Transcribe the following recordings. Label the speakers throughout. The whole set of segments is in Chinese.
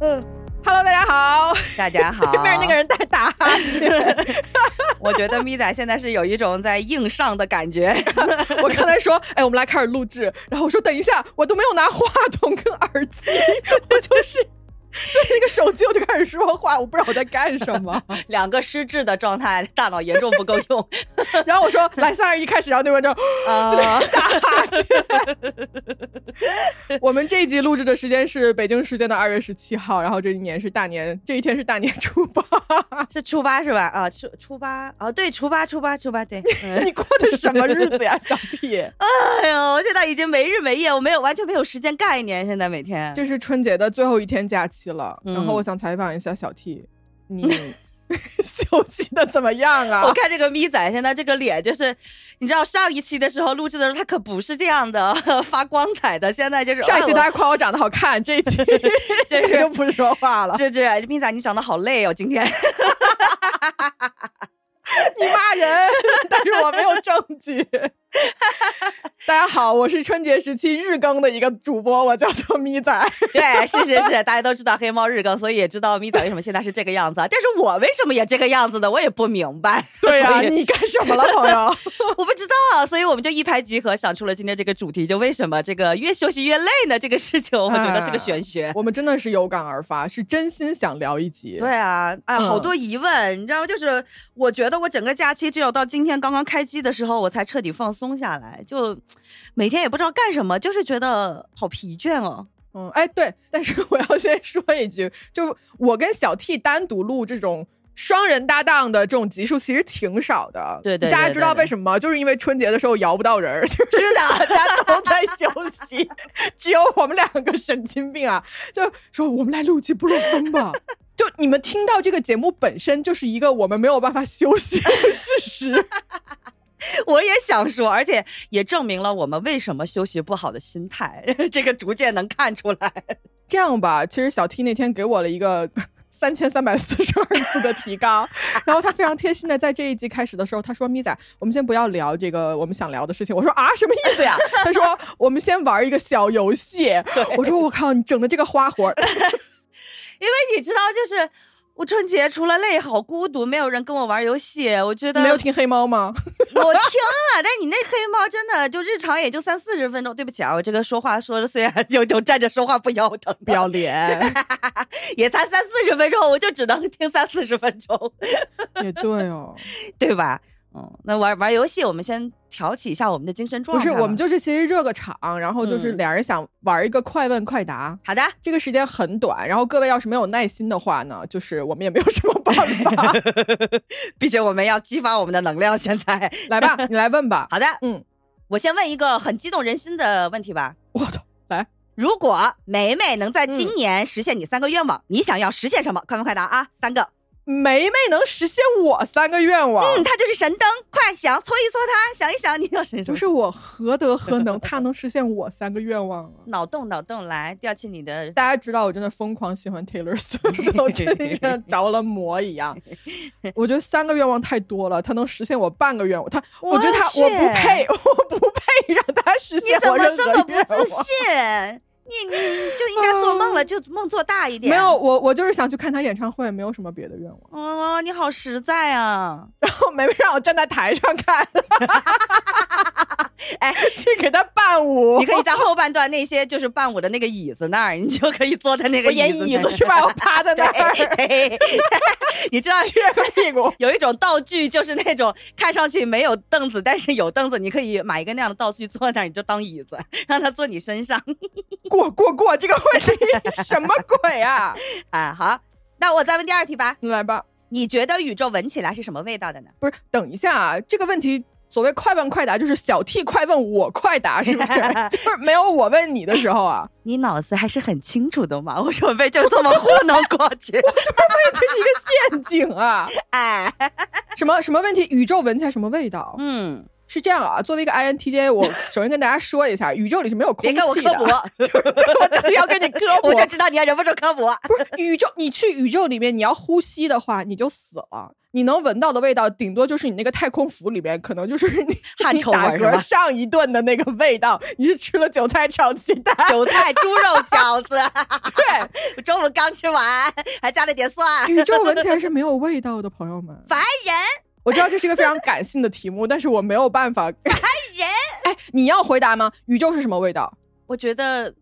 Speaker 1: 嗯，Hello，大家好。
Speaker 2: 大家好，
Speaker 1: 对面那个人在打哈欠，
Speaker 2: 我觉得米仔现在是有一种在硬上的感觉，
Speaker 1: 我刚才说，哎，我们来开始录制，然后我说等一下，我都没有拿话筒跟耳机， 我就是对那个手机我就开始说话，我不知道我在干什么。
Speaker 2: 两个失智的状态，大脑严重不够 用
Speaker 1: 然后我说来三二一开始，然后对面就
Speaker 2: 啊。
Speaker 1: 打哈欠。我们这一集录制的时间是北京时间的二月十七号，然后这一年是大年，这一天是大年初八。
Speaker 2: 是初八是吧？啊，初初八啊，对，初八，初八，初 八，对。嗯
Speaker 1: 你过的什么日子呀，小弟？
Speaker 2: 哎呦，我现在已经没日没夜，我没有完全没有时间概念，现在每天。
Speaker 1: 这是春节的最后一天假期了，
Speaker 2: 嗯
Speaker 1: 然后我想采访一下小 T，你 休息的怎么样啊
Speaker 2: 我？看这个咪仔现在这个脸，就是你知道上一期的时候录制的时候，他可不是这样的 发光彩的，现在就是哎
Speaker 1: 上一期大家
Speaker 2: 他
Speaker 1: 夸我长得好看，这一期
Speaker 2: 真
Speaker 1: 就是就不说话了。
Speaker 2: 这这咪仔你长得好累哦，今天。
Speaker 1: 你骂人， 但是我没有证据。 大家好，我是春节时期日更的一个主播，我叫做咪仔。
Speaker 2: 对，是是是，大家都知道黑猫日更，所以也知道咪仔为什么现在是这个样子啊。但是我为什么也这个样子呢？我也不明白，
Speaker 1: 对呀、
Speaker 2: 所以
Speaker 1: 你干什么了，朋友？
Speaker 2: 我不知道，所以我们就一拍即合，想出了今天这个主题，就为什么这个越休息越累呢？这个事情我觉得是个玄学。
Speaker 1: 我们真的是有感而发，是真心想聊一集。
Speaker 2: 对啊，哎，
Speaker 1: 嗯
Speaker 2: 好多疑问，你知道吗？就是我觉得我整个假期只有到今天刚刚开机的时候，我才彻底放松下来，就每天也不知道干什么，就是觉得好疲倦哦。
Speaker 1: 嗯，哎，对，但是我要先说一句，就我跟小 T 单独录这种双人搭档的这种集数其实挺少的。
Speaker 2: 对对对
Speaker 1: 大家知道
Speaker 2: 对对
Speaker 1: 为什么吗？就是因为春节的时候摇不到人儿， 就是
Speaker 2: 是的，
Speaker 1: 大家都在休息，只有我们两个神经病啊，就说我们来录期布洛芬吧。 就你们听到这个节目本身就是一个我们没有办法休息的事实。
Speaker 2: 我也想说，而且也证明了我们为什么休息不好的心态， 这个逐渐能看出来。
Speaker 1: 这样吧，其实小 T 那天给我了一个 三千三百四十二字的提 纲，然后他非常贴心的在这一集开始的时候，他说：“咪仔，我们先不要聊这个我们想聊的事情。”我说：“啊，什么意思呀？” 他说：“我们先玩一个小游戏。”我说：“我靠，你整的这个花 活儿。”
Speaker 2: 因为你知道，就是我春节除了累，好孤独，没有人跟我玩游戏。我觉得
Speaker 1: 没有听黑猫吗？
Speaker 2: 我听了，但是你那黑猫真的就日常也就三四十分钟。对不起啊，我这个说话说的虽然有有站着说话不腰疼，
Speaker 1: 不要脸。
Speaker 2: 也才三四十分钟，我就只能听三四十分钟，
Speaker 1: 也 对哦，
Speaker 2: 对吧？嗯，那玩玩游戏，我们先挑起一下我们的精神状
Speaker 1: 不
Speaker 2: 态
Speaker 1: 是，
Speaker 2: 吧。
Speaker 1: 我们就是其实热个场，然后就是
Speaker 2: 嗯
Speaker 1: 俩人想玩一个快问快答。
Speaker 2: 好的，
Speaker 1: 这个时间很短，然后各位要是没有耐心的话呢，就是我们也没有什么办 法。
Speaker 2: 毕竟我们要激发我们的能量。现在，
Speaker 1: 来吧，你来问吧。
Speaker 2: 好的，
Speaker 1: 嗯，
Speaker 2: 我先问一个很激动人心的问题吧。
Speaker 1: 我操，
Speaker 2: 如果梅梅能在今年实现你三个愿望，你想要实现什么？快问快答啊！三个。
Speaker 1: 梅梅能实现我三个愿望，
Speaker 2: 嗯，它就是神灯，快想搓一搓它，想一想你要神
Speaker 1: 不是我何德何 能，她能实现我三个愿望啊？
Speaker 2: 脑洞脑洞来，吊起 你的。
Speaker 1: 大家知道我真的疯狂喜欢 Taylor Swift，我真的 跟着了魔一 样。我觉得三个愿望太多了，她能实现我半个愿望。她，我觉得她
Speaker 2: 我
Speaker 1: 我
Speaker 2: 去
Speaker 1: 不配， 我不配让她实
Speaker 2: 你
Speaker 1: 现
Speaker 2: 怎
Speaker 1: 我
Speaker 2: 么
Speaker 1: 任
Speaker 2: 这么
Speaker 1: 何
Speaker 2: 不
Speaker 1: 愿
Speaker 2: 自
Speaker 1: 望。
Speaker 2: 信？你你你就应该做梦了，就梦做大一点。
Speaker 1: 没有，，我我就是想去看她演唱会，没有什么别的愿望。
Speaker 2: 哦，你好实在啊！
Speaker 1: 然后 梅梅让我站在台上 看，
Speaker 2: 哎，
Speaker 1: 去给她伴 舞。
Speaker 2: 你可以在后半段那些就是伴舞的那个椅子那儿，你就可以坐在那
Speaker 1: 我
Speaker 2: 个
Speaker 1: 演
Speaker 2: 子
Speaker 1: 椅
Speaker 2: 那儿
Speaker 1: 子是 吧？我趴在那儿
Speaker 2: 对，对 你知道
Speaker 1: 撅个屁股。
Speaker 2: 有一种道具，就是那种看上去没有凳子，但是有凳子，你可以买一个那样的道具坐在那儿，你就当椅子，让它坐你身上。
Speaker 1: 过过过，这个会是什么鬼啊？
Speaker 2: 啊，好，那我再问第二题吧。
Speaker 1: 你来吧，
Speaker 2: 你觉得宇宙闻起来是什么味道的呢？
Speaker 1: 不是，等一下啊，这个问题。所谓快问快答，就是小 T 快问我快答，是不 是？就是没有我问你的时候啊，
Speaker 2: 你脑子还是很清楚的嘛，我准备就这么糊弄过去。
Speaker 1: 这是一个陷阱啊！
Speaker 2: 哎，
Speaker 1: 什么什么问题？宇宙闻起来什么味道？
Speaker 2: 嗯，
Speaker 1: 是这样啊，作为一个 INTJ，我首先跟大家说一下，宇宙里是没有空
Speaker 2: 别
Speaker 1: 气的，
Speaker 2: 跟我 科普，
Speaker 1: 我就是要跟 你科普
Speaker 2: 我。就知道你还忍不住科普。
Speaker 1: 不是宇宙，你去宇宙里面，你要呼吸的话，你就死了。你能闻到的味道，顶多就是你那个太空服里面，可能就是 你
Speaker 2: 汗
Speaker 1: 你
Speaker 2: 臭
Speaker 1: 打
Speaker 2: 味儿是吧
Speaker 1: 嗝上一顿的那个味道。你是吃了韭菜炒鸡蛋，
Speaker 2: 韭菜、猪肉饺子，
Speaker 1: 对，
Speaker 2: 我中午刚吃完，还加了 点蒜。
Speaker 1: 宇宙闻起来是没有味道的，朋友们。
Speaker 2: 烦人，
Speaker 1: 我知道这是一个非常感性的题目，但是我没有办法。烦
Speaker 2: 人！
Speaker 1: 哎，你要回答吗？宇宙是什么味道？
Speaker 2: 我觉得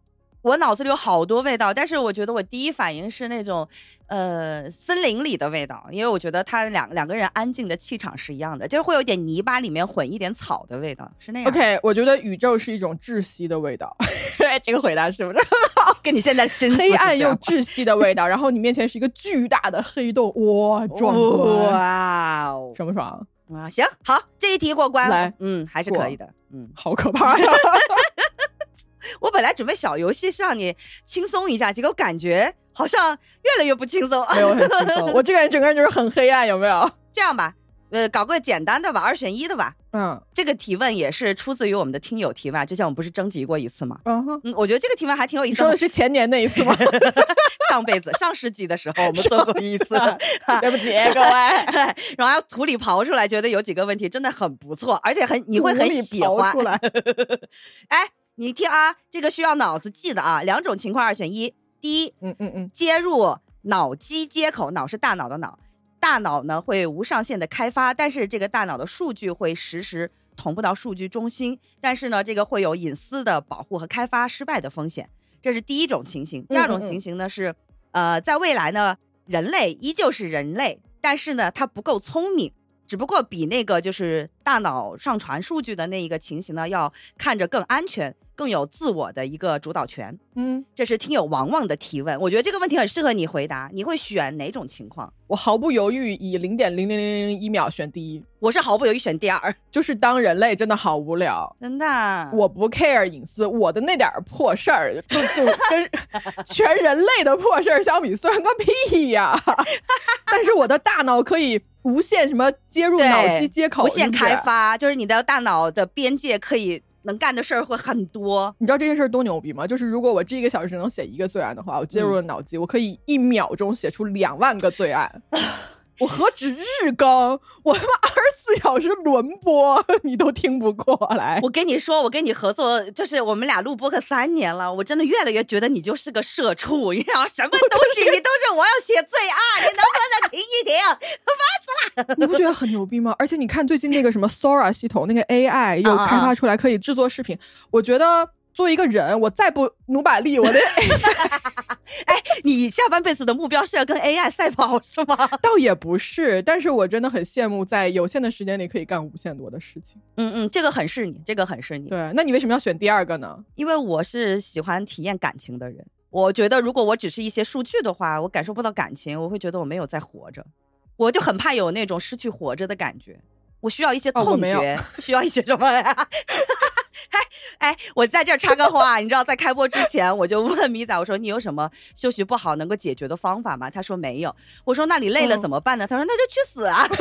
Speaker 2: 我脑子里有好多味道，但是我觉得我第一反应是那种呃森林里的味道，因为我觉得他两两个人安静的气场是一样的，就是会有点泥巴里面混一点草的味道，是那样。
Speaker 1: OK，我觉得宇宙是一种窒息的味道。 这个回答 是不是
Speaker 2: 跟你现在心思
Speaker 1: 黑暗又
Speaker 2: 是这
Speaker 1: 窒息的味道？然后你面前是一个巨大的黑洞，哇，壮
Speaker 2: 样
Speaker 1: 观，
Speaker 2: 哇哦
Speaker 1: 爽不爽？
Speaker 2: 啊，行好，这一题过关，
Speaker 1: 来，
Speaker 2: 嗯，还是
Speaker 1: 过
Speaker 2: 可以的，嗯，
Speaker 1: 好可怕 呀！
Speaker 2: 我本来准备小游戏是让你轻松一下，结果感觉好像越来越不轻松。
Speaker 1: 没有很轻松，我这个人整个人就是很黑暗，有没有？
Speaker 2: 这样吧，呃，搞个简单的吧，二选一的吧。
Speaker 1: 嗯
Speaker 2: 这个提问也是出自于我们的听友提问，之前我们不是征集过一次吗？
Speaker 1: 嗯哼，
Speaker 2: 嗯，我觉得这个提问还挺有意
Speaker 1: 你
Speaker 2: 思
Speaker 1: 说的
Speaker 2: 的。
Speaker 1: 是前年那一次吗？
Speaker 2: 上辈子、 上世纪的时候，我们做 过一次，哈
Speaker 1: 对不起各位。
Speaker 2: 然后还土里刨出来，觉得有几个问题真的很不错，而且很你会很喜
Speaker 1: 无力刨
Speaker 2: 欢
Speaker 1: 出。 来。
Speaker 2: 哎，你听啊，这个需要脑子记的啊，两种情况二选一。第一，
Speaker 1: 嗯嗯嗯，
Speaker 2: 接入脑机接口，脑是大脑的脑，大脑呢会无上限的开发，但是这个大脑的数据会实时同步到数据中心，但是呢，这个会有隐私的保护和开发失败的风险，这是第一种情形。第二种
Speaker 1: 嗯嗯
Speaker 2: 情形呢是，呃，在未来呢，人类依旧是人类，但是呢，他不够聪明。只不过比那个就是大脑上传数据的那一个情形呢，要看着更安全、更有自我的一个主导权。
Speaker 1: 嗯，
Speaker 2: 这是听友王王的提问，我觉得这个问题很适合你回答。你会选哪种情况？
Speaker 1: 我毫不犹豫以零点零零零零一秒选第一，
Speaker 2: 我是毫不犹豫选第二，
Speaker 1: 就是当人类真的好无聊。
Speaker 2: 真的啊。
Speaker 1: 我不 care 隐私，我的那点儿破事儿，就 就跟全人类的破事儿相比，算个屁 呀、但是我的大脑可以无限什么接入
Speaker 2: 对
Speaker 1: 脑机接口，
Speaker 2: 无限
Speaker 1: 是不是
Speaker 2: 开。发，就是你的大脑的边界可以能干的事儿会很多。
Speaker 1: 你知道这件事儿多牛逼吗？就是如果我这一个小时能写一个罪案的话，我接入了脑机，我可以一秒钟写出两万个罪 案。我何止日更，我他妈二十四小时轮播，你都听不过 来。
Speaker 2: 我跟你说，我跟你合作，就是我们俩录播客三年了，我真的越来越觉得你就是个社畜，你知道什么东西你都是我要写罪案，你能不能停一停？
Speaker 1: 你不觉得很牛逼吗？而且你看最近那个什么 Sora 系统，那个 AI 又
Speaker 2: 啊啊
Speaker 1: 开发出来可以制作视频，我觉得。作为一个人，我再不努把力， 我连
Speaker 2: 你下半辈子的目标是要跟 AI 赛跑是吗？
Speaker 1: 倒也不是，但是我真的很羡慕在有限的时间里可以干无限多的事情。
Speaker 2: 嗯嗯，这个很是你，这个很是你。
Speaker 1: 对，那你为什么要选第二个呢？
Speaker 2: 因为我是喜欢体验感情的人。我觉得如果我只是一些数据的话，我感受不到感情，我会觉得我没有在活着，我就很怕有那种失去活着的感觉。我需要一些
Speaker 1: 哦我
Speaker 2: 痛
Speaker 1: 没有
Speaker 2: 觉， 需要一些什么呀？ 哎哎，我在这儿插个话，你知道，在开播之前我就问米仔，我说你有什么休息不好能够解决的方法吗？他说没有。我说那你累了
Speaker 1: 嗯
Speaker 2: 怎么办呢？他说那就去死 啊！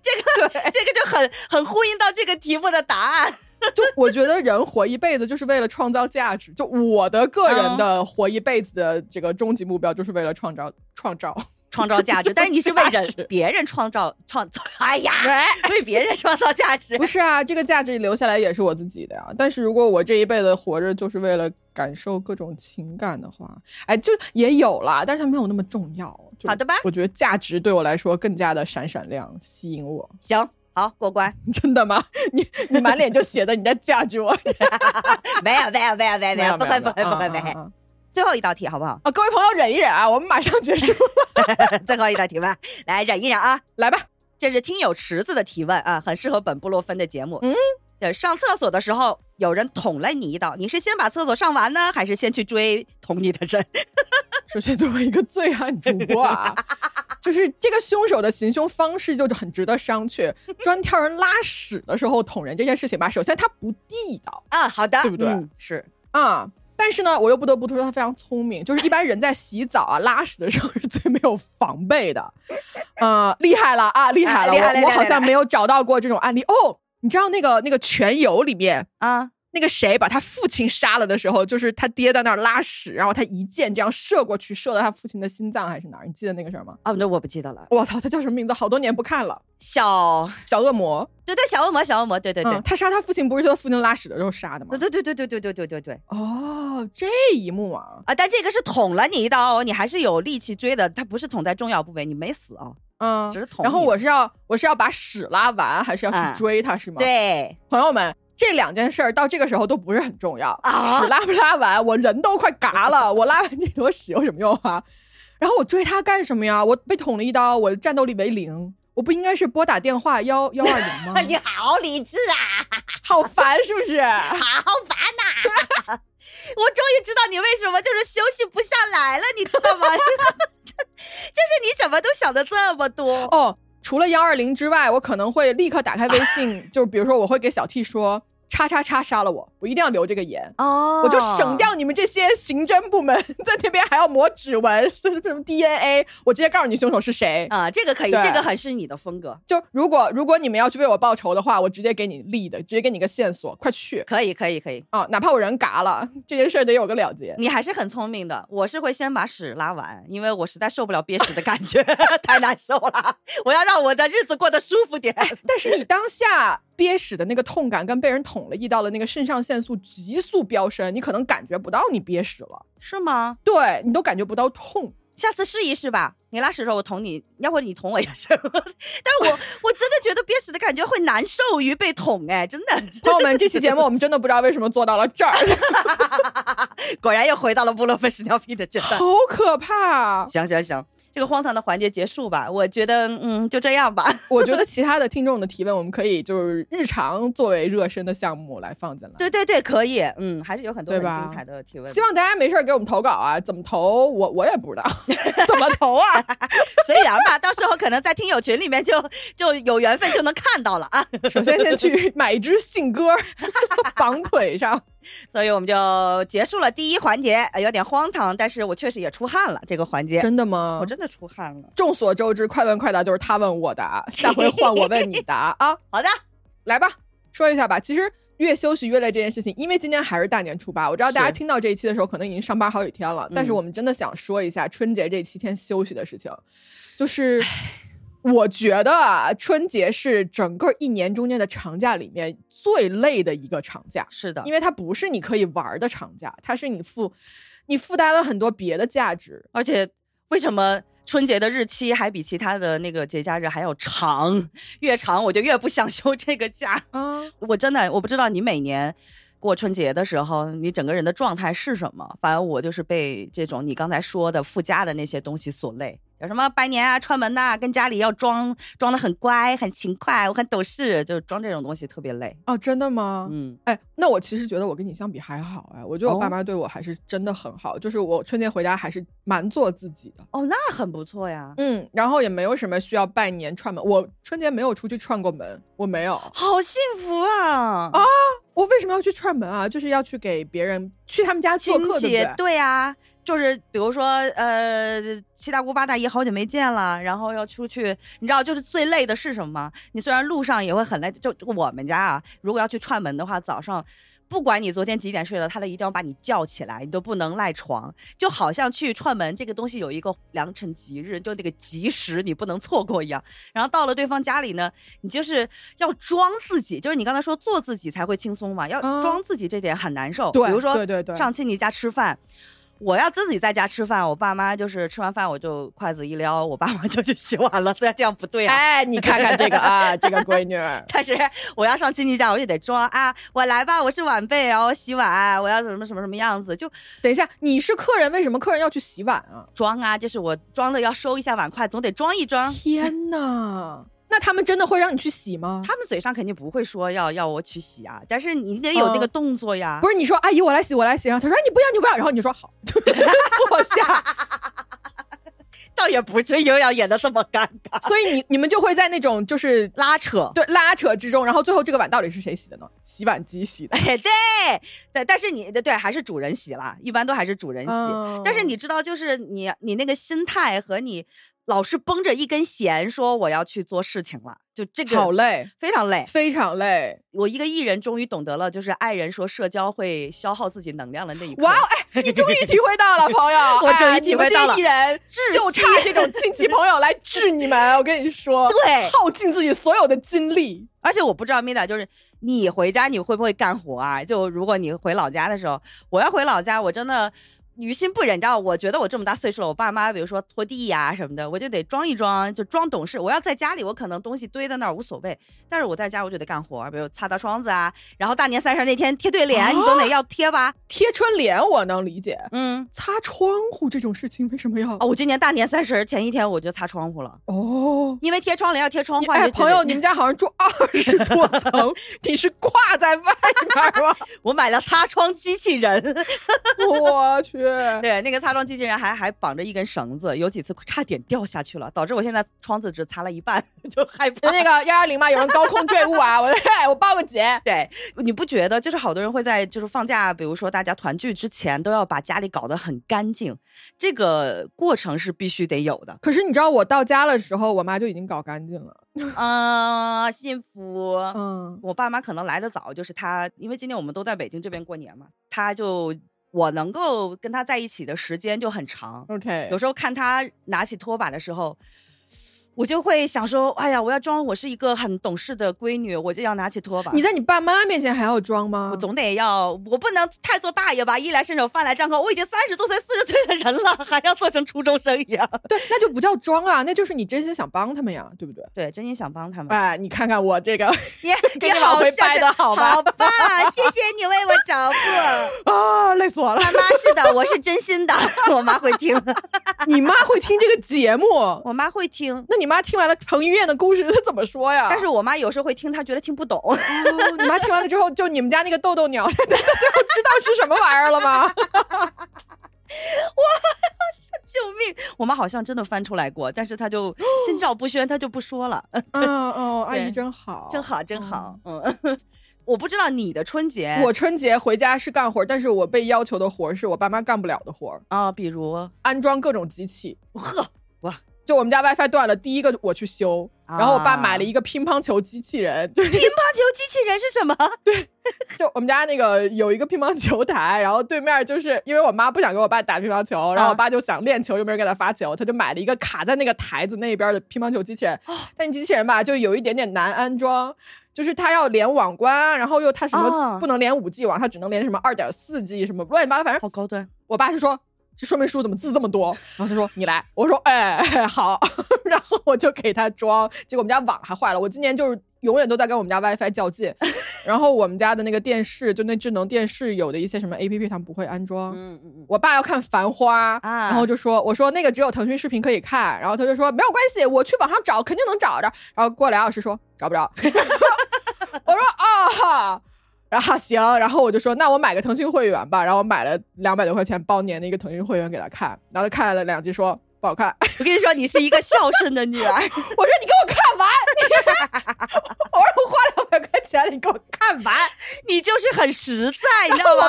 Speaker 2: 这个这个就很很呼应到这个题目的答案。
Speaker 1: 就我觉得人活一辈子就是为了创造价值。就我的个人的活一辈子的这个终极目标，就是为了创造创造。
Speaker 2: 创造价值，但是你是为
Speaker 1: 价值
Speaker 2: 人别人创造创 造，哎呀，为别人创造价 值
Speaker 1: 不，是啊，这个价值留下来也是我自己的呀。但是如果我这一辈子活着就是为了感受各种情感的话，哎，就也有啦，但是它没有那么重要。就
Speaker 2: 好的吧
Speaker 1: 我觉得价值对我来说更加的闪闪亮，吸引我。
Speaker 2: 行，好过关，
Speaker 1: 真的吗？你你满脸就写的你在价值 我，
Speaker 2: 没有没有没有没有没有，不会不会不会不
Speaker 1: 啊啊
Speaker 2: 会，
Speaker 1: 啊
Speaker 2: 最后一道题好不好？
Speaker 1: 啊！各位朋友忍一忍啊，我们马上结束，
Speaker 2: 最后一道题吧，来忍一忍啊，
Speaker 1: 来吧。
Speaker 2: 这是听友池子的提问啊，很适合本部落分的节目。
Speaker 1: 嗯
Speaker 2: 呃，上厕所的时候有人捅了你一刀，你是先把厕所上完呢，还是先去追捅你的人？
Speaker 1: 首先，作为一个罪案主播啊，就是这个凶手的行凶方式就是很值得商榷。专挑人拉屎的时候捅人这件事情吧，首先他不地道
Speaker 2: 啊，好的，
Speaker 1: 对不对
Speaker 2: 嗯是
Speaker 1: 啊、但是呢，我又不得不说他非常聪明，就是一般人在洗澡啊、拉屎的时候是最没有防备的，呃，厉害了啊，厉害了！
Speaker 2: 哎厉害厉害
Speaker 1: 我我好
Speaker 2: 厉害
Speaker 1: 像没有找到过这种案例哦。你知道那个那个《全游》里面
Speaker 2: 啊，
Speaker 1: 那个谁把他父亲杀了的时候，就是他爹在那儿拉屎，然后他一箭这样射过去，射到他父亲的心脏还是哪儿？你记得那个事儿吗？
Speaker 2: 啊，那我不记得了。
Speaker 1: 我操，他叫什么名字？好多年不看了，
Speaker 2: 小，
Speaker 1: 小恶魔。
Speaker 2: 对对，小恶魔，小恶魔，对对对，
Speaker 1: 嗯他杀他父亲不是就他父亲拉屎的时候杀的吗
Speaker 2: 对？对对对对对对对对对
Speaker 1: 哦，这一幕啊，
Speaker 2: 啊！但这个是捅了你一刀哦，你还是有力气追的，它不是捅在重要部位，你没死哦，
Speaker 1: 嗯
Speaker 2: 只，是捅你。
Speaker 1: 然后我是要我是要把屎拉完，还是要
Speaker 2: 嗯
Speaker 1: 去追他，是吗？，
Speaker 2: 对
Speaker 1: 朋友们。这两件事儿到这个时候都不是很重要
Speaker 2: 啊
Speaker 1: 屎拉不拉完，我人都快嘎了，我拉完这坨屎有什么用啊？然后我追他干什么呀？我被捅了一刀，我战斗力为零，我不应该是拨打电话幺幺二零 吗
Speaker 2: ？你好理智啊，
Speaker 1: 好烦是不是？
Speaker 2: 好烦呐、 我终于知道你为什么就是休息不下来了，你知道吗？ 就是你怎么都想的这么多，
Speaker 1: 哦，除了幺二零之外，我可能会立刻打开微信，就是比如说我会给小 T 说叉叉叉杀了我，我一定要留这个言。
Speaker 2: 哦
Speaker 1: 我就省掉你们这些刑侦部门 在那边还要抹指纹，什么什么 DNA，我直接告诉你凶手是谁。
Speaker 2: 啊，这个可以，
Speaker 1: 对
Speaker 2: 这个很是你的风格，
Speaker 1: 就如果如果你们要去为我报仇的话，我直接给你立的，直接给你个线索，快去
Speaker 2: 可以，可以，可以，
Speaker 1: 啊！哪怕我人嘎了， 这件事儿得有个了结。
Speaker 2: 你还是很聪明的。我是会先把屎拉完，因为我实在受不了憋屎的感觉， 太难受了。我要让我的日子过得舒服点。
Speaker 1: 但是你当下憋屎的那个痛感跟被人捅了一刀的那个肾上腺素急速飙升，你可能感觉不到你憋屎了，
Speaker 2: 是吗？
Speaker 1: 对你都感觉不到痛。
Speaker 2: 下次试一试吧。你拉屎的时候我捅你，要不你捅我也行。 但是我我真的觉得憋屎的感觉会难受于被捅，哎，真的。
Speaker 1: 朋友们，这期节目我们真的不知道为什么做到了这儿，
Speaker 2: 果然又回到了布洛芬屎尿屁的阶 段
Speaker 1: 好。可怕、啊！
Speaker 2: 行行行，这个荒唐的环节结束吧。我觉得，嗯，就这样吧。
Speaker 1: 我觉得其他的听众的提问，我们可以就是日常作为热身的项目来放进来。
Speaker 2: 对对对，可以。嗯，还是有很多
Speaker 1: 对
Speaker 2: 很
Speaker 1: 吧
Speaker 2: 精彩的提问的。
Speaker 1: 希望大家没事儿给我们投稿啊，怎么投我我也不知道，怎么投啊？
Speaker 2: 随缘吧，到时候可能在听友群里面就就有缘分就能看到了啊。
Speaker 1: 首先先去买一只信鸽绑腿上。
Speaker 2: 所以我们就结束了第一环节，呃有点荒唐，但是我确实也出汗了这个环节，
Speaker 1: 真的吗
Speaker 2: 我？真的出汗了。
Speaker 1: 众所周知，快问快答就是他问我答，下回换我问你答啊！
Speaker 2: 哦好的，
Speaker 1: 来吧，说一下吧。其实越休息越累这件事情，因为今天还是大年初八，我知道大家
Speaker 2: 是
Speaker 1: 听到这一期的时候可能已经上班好几天了，但是
Speaker 2: 嗯
Speaker 1: 我们真的想说一下春节这七天休息的事情，就是。我觉得啊，春节是整个一年中间的长假里面最累的一个长假，
Speaker 2: 是的
Speaker 1: 因，为它不是你可以玩儿的长假，它是你附你附带了很多别的价值。
Speaker 2: 而且为什么？春节的日期还比其他的那个节假日还要长，越长我就越不想休这个假。
Speaker 1: 啊，
Speaker 2: 我真的我不知道你每年过春节的时候，你整个人的状态是什么。反正我就是被这种你刚才说的附加的那些东西所累。有什么拜年啊、串门呐、跟家里要装装的很乖、很勤快，我很懂事，就是装这种东西特别累。
Speaker 1: 哦，真的吗？
Speaker 2: 嗯，
Speaker 1: 哎，那我其实觉得我跟你相比还好哎，我觉得我
Speaker 2: 哦
Speaker 1: 爸妈对我还是真的很好，就是我春节回家还是蛮做自己的，
Speaker 2: 哦，那很不错呀，
Speaker 1: 嗯，然后也没有什么需要拜年串门，我春节没有出去串过门，我没 有，
Speaker 2: 好幸福啊！
Speaker 1: 啊我为什么要去串门啊？就是要去给别人去他们家做
Speaker 2: 亲
Speaker 1: 客，
Speaker 2: 戚
Speaker 1: 对不对？
Speaker 2: 啊，就是比如说呃，七大姑八大姨好久没见了，然后要出去，你知道就是最累的是什么吗？你虽然路上也会很累，就我们家啊，如果要去串门的话，早上。不管你昨天几点睡了，他都一定要把你叫起来，你都不能赖床。就好像去串门这个东西有一个良辰吉日，就那个吉时你不能错过一样。然后到了对方家里呢，你就是要装自己，就是你刚才说做自己才会轻松嘛，要
Speaker 1: 嗯
Speaker 2: 装自己这点很难受。
Speaker 1: 对
Speaker 2: 比如说
Speaker 1: 对对对
Speaker 2: 上亲戚家吃饭。我要自己在家吃饭，我爸妈就是吃完饭我就筷子一撩，我爸妈就去洗碗了。虽然这样不对啊，
Speaker 1: 哎，你看看这个啊，这个闺女，
Speaker 2: 但是我要上亲戚家我就得装啊，我来吧，我是晚辈，然后我洗碗，我要怎么什么什么样子，就
Speaker 1: 等一下，你是客人，为什么客人要去洗碗啊？
Speaker 2: 装啊，就是我装了要收一下碗筷，总得装一装。
Speaker 1: 天呐，那他们真的会让你去洗吗？
Speaker 2: 他们嘴上肯定不会说要要我去洗啊，但是你得有那个动作
Speaker 1: 嗯
Speaker 2: 呀。
Speaker 1: 不是你说阿姨我来洗我 来洗，然后他说、哎、你不要你不要，然后你说好坐下，
Speaker 2: 倒也也不至于要演的这么尴尬，
Speaker 1: 所以你你们就会在那种就是
Speaker 2: 拉扯。
Speaker 1: 对拉扯之中，然后最后这个碗到底是谁洗的呢？洗碗机洗的。
Speaker 2: 对对，但是你对还是主人洗啦，一般都还是主人洗。
Speaker 1: 嗯
Speaker 2: 但是你知道，就是你你那个心态和你老是绷着一根弦说我要去做事情了，就这个
Speaker 1: 好累，
Speaker 2: 非常累。
Speaker 1: 非常累。
Speaker 2: 我一个艺人终于懂得了，就是爱人说社交会消耗自己能量的那一刻。
Speaker 1: 哇哦， 哎，你终于体会到了，朋友，
Speaker 2: 我终于
Speaker 1: 哎
Speaker 2: 体会到了
Speaker 1: 你们这些艺人
Speaker 2: 窒
Speaker 1: 就
Speaker 2: 息
Speaker 1: 差这种亲戚朋友来治你们。我跟你说，
Speaker 2: 对
Speaker 1: 耗尽自己所有的精力。
Speaker 2: 而且我不知道 Mida，就是你回家你会不会干活啊？就如果你回老家的时候，我要回老家，我真的于心不忍。你知道，我觉得我这么大岁数了，我爸妈比如说拖地呀、什么的，我就得装一装，就装懂事。我要在家里，我可能东西堆在那儿无所谓，但是我在家我就得干活，比如擦擦窗子啊，然后大年三十那天贴对联，你总得要贴吧？
Speaker 1: 贴春联我能理解，
Speaker 2: 嗯，
Speaker 1: 擦窗户这种事情为什么要？
Speaker 2: 哦，我今年大年三十前一天我就擦窗户了，
Speaker 1: 哦，
Speaker 2: 因为贴窗帘要贴窗
Speaker 1: 你
Speaker 2: 花。
Speaker 1: 哎，
Speaker 2: 就觉
Speaker 1: 朋
Speaker 2: 得
Speaker 1: 友，你们家好像住二十多层，你是挂在外面吗？
Speaker 2: 我买了擦窗机器人。
Speaker 1: 我去，
Speaker 2: 对，那个擦窗机器人还还绑着一根绳子，有几次差点掉下去了，导致我现在窗子只擦了一半， 就害怕。
Speaker 1: 那个幺幺零嘛，有人高空坠物啊，我我报个警。。
Speaker 2: 对，你不觉得就是好多人会在就是放假，比如说大家团聚之前，都要把家里搞得很干净，这个过程是必须得有的
Speaker 1: 可是你知道我到家的时候，我妈就已经搞干净了。
Speaker 2: 啊、幸福。
Speaker 1: 嗯，
Speaker 2: 我爸妈可能来的早，就是他，因为今年我们都在北京这边过年嘛，他就我能够跟他在一起的时间就很长，
Speaker 1: OK，
Speaker 2: 有时候看他拿起拖把的时候，我就会想说，哎呀，我要装我是一个很懂事的闺女，我就要拿起拖把。
Speaker 1: 你在你爸妈面前还要装吗？
Speaker 2: 我总得要，我不能太做大爷吧，衣来伸手，饭来张口。我已经三十多岁、四十岁的人了，还要做成初中生一样。
Speaker 1: 对，那就不叫装啊，那就是你真心想帮他们呀，对不对？
Speaker 2: 对，真心想帮他们。
Speaker 1: 哎，你看看我这个
Speaker 2: 你
Speaker 1: 给你往
Speaker 2: 好
Speaker 1: 回
Speaker 2: 像
Speaker 1: 掰
Speaker 2: 是
Speaker 1: 得好吧
Speaker 2: 好吧，谢谢你为我找补。
Speaker 1: 啊，累死我了！
Speaker 2: 妈妈是的，我是真心的，我妈会听，
Speaker 1: 你妈会听这个节目？
Speaker 2: 我妈会听。
Speaker 1: 那你妈听完了彭于晏的故事，她怎么说呀？
Speaker 2: 但是我妈有时候会听，她觉得听不懂。
Speaker 1: 哦你妈听完了之后，就你们家那个豆豆鸟，她最后知道是什么玩意儿了吗？
Speaker 2: 救命！我妈好像真的翻出来过，但是她 就心照不宣，她就不说了。
Speaker 1: 嗯哦，阿
Speaker 2: 对
Speaker 1: 姨真好，
Speaker 2: 真。好，真好。嗯， 我不知道你的春节，
Speaker 1: 我春节回家是干活，但是我被要求的活儿是我爸妈干不了的活儿，
Speaker 2: 啊、比如
Speaker 1: 安装各种机 器。
Speaker 2: 呵，
Speaker 1: 就我们家 WiFi 断了，第一个我去修，然后我爸
Speaker 2: 啊
Speaker 1: 买了一个乒乓球机器人， 就是
Speaker 2: 乒乓球机器人是什么？
Speaker 1: 就我们家那个有一个乒乓球台，然后对面就是因为我妈不想给我爸打乒乓球，
Speaker 2: 啊
Speaker 1: 然后我爸就想练球，又没人给他发球，他就买了一个卡在那个台子那边的乒乓球机器人。
Speaker 2: 啊
Speaker 1: 但机器人吧，就有一点点难安装，就是它要连网关，然后又它什
Speaker 2: 啊
Speaker 1: 么不能连五 G 网，它只能连什么二点四 G 什么乱七八糟，反正
Speaker 2: 好高端。
Speaker 1: 我爸就说。这说明书怎么字这么多？然后他说：“你来。”我说：“哎， 好。”然后我就给他装，结果我们家网还坏了。我今年就是永远都在跟我们家 WiFi 较劲。 然后我们家的那个电视，就那智能电视，有的一些什么 APP 它们不会安装。
Speaker 2: 嗯嗯嗯。
Speaker 1: 我爸要看《繁花》
Speaker 2: 啊
Speaker 1: 然后就说：“我说那个只有腾讯视频可以看。”然后他就说：“没有关系，我去网上找，肯定能找着。”然后过俩小时说：“找不着。” 我说：“啊哈。”然后行，然后我就说：“那我买个腾讯会员吧。”然后我买了两百多块钱包年的一个腾讯会员给他看，然后他看了两集说不好看。
Speaker 2: 我跟你说，你是一个孝顺的女儿。
Speaker 1: 我说：“你给我看完。” 我说：“我花两百块钱，你给我看完。”
Speaker 2: 你就是很实在，你知道吗？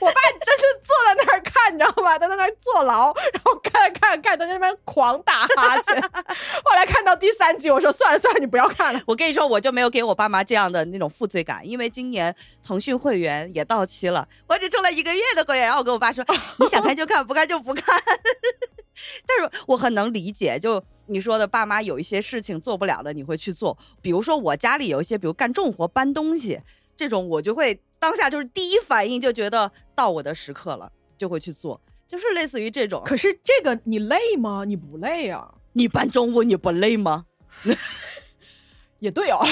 Speaker 1: 我爸真的坐在那儿看，你知道吗？他在那儿坐牢，然后看看看，他在那边狂打哈欠。后来看到第三集，我说算了算了，你不要看了。
Speaker 2: 我跟你说，我就没有给我爸妈这样的那种负罪感，因为今年腾讯会员也到期了，我只充了一个月的会员，然后我跟我爸 说，你想看就看，不看就不看。 但是我很能理解，就你说的，爸妈有一些事情做不了的，你会去做。比如说我家里有一些，比如干重活、搬东西这种，我就会当下就是第一反应就觉得到我的时刻了，就会去做，就是类似于这种。
Speaker 1: 可是这个你累吗？你不累啊？
Speaker 2: 你搬中午你不累吗？
Speaker 1: 也对哦。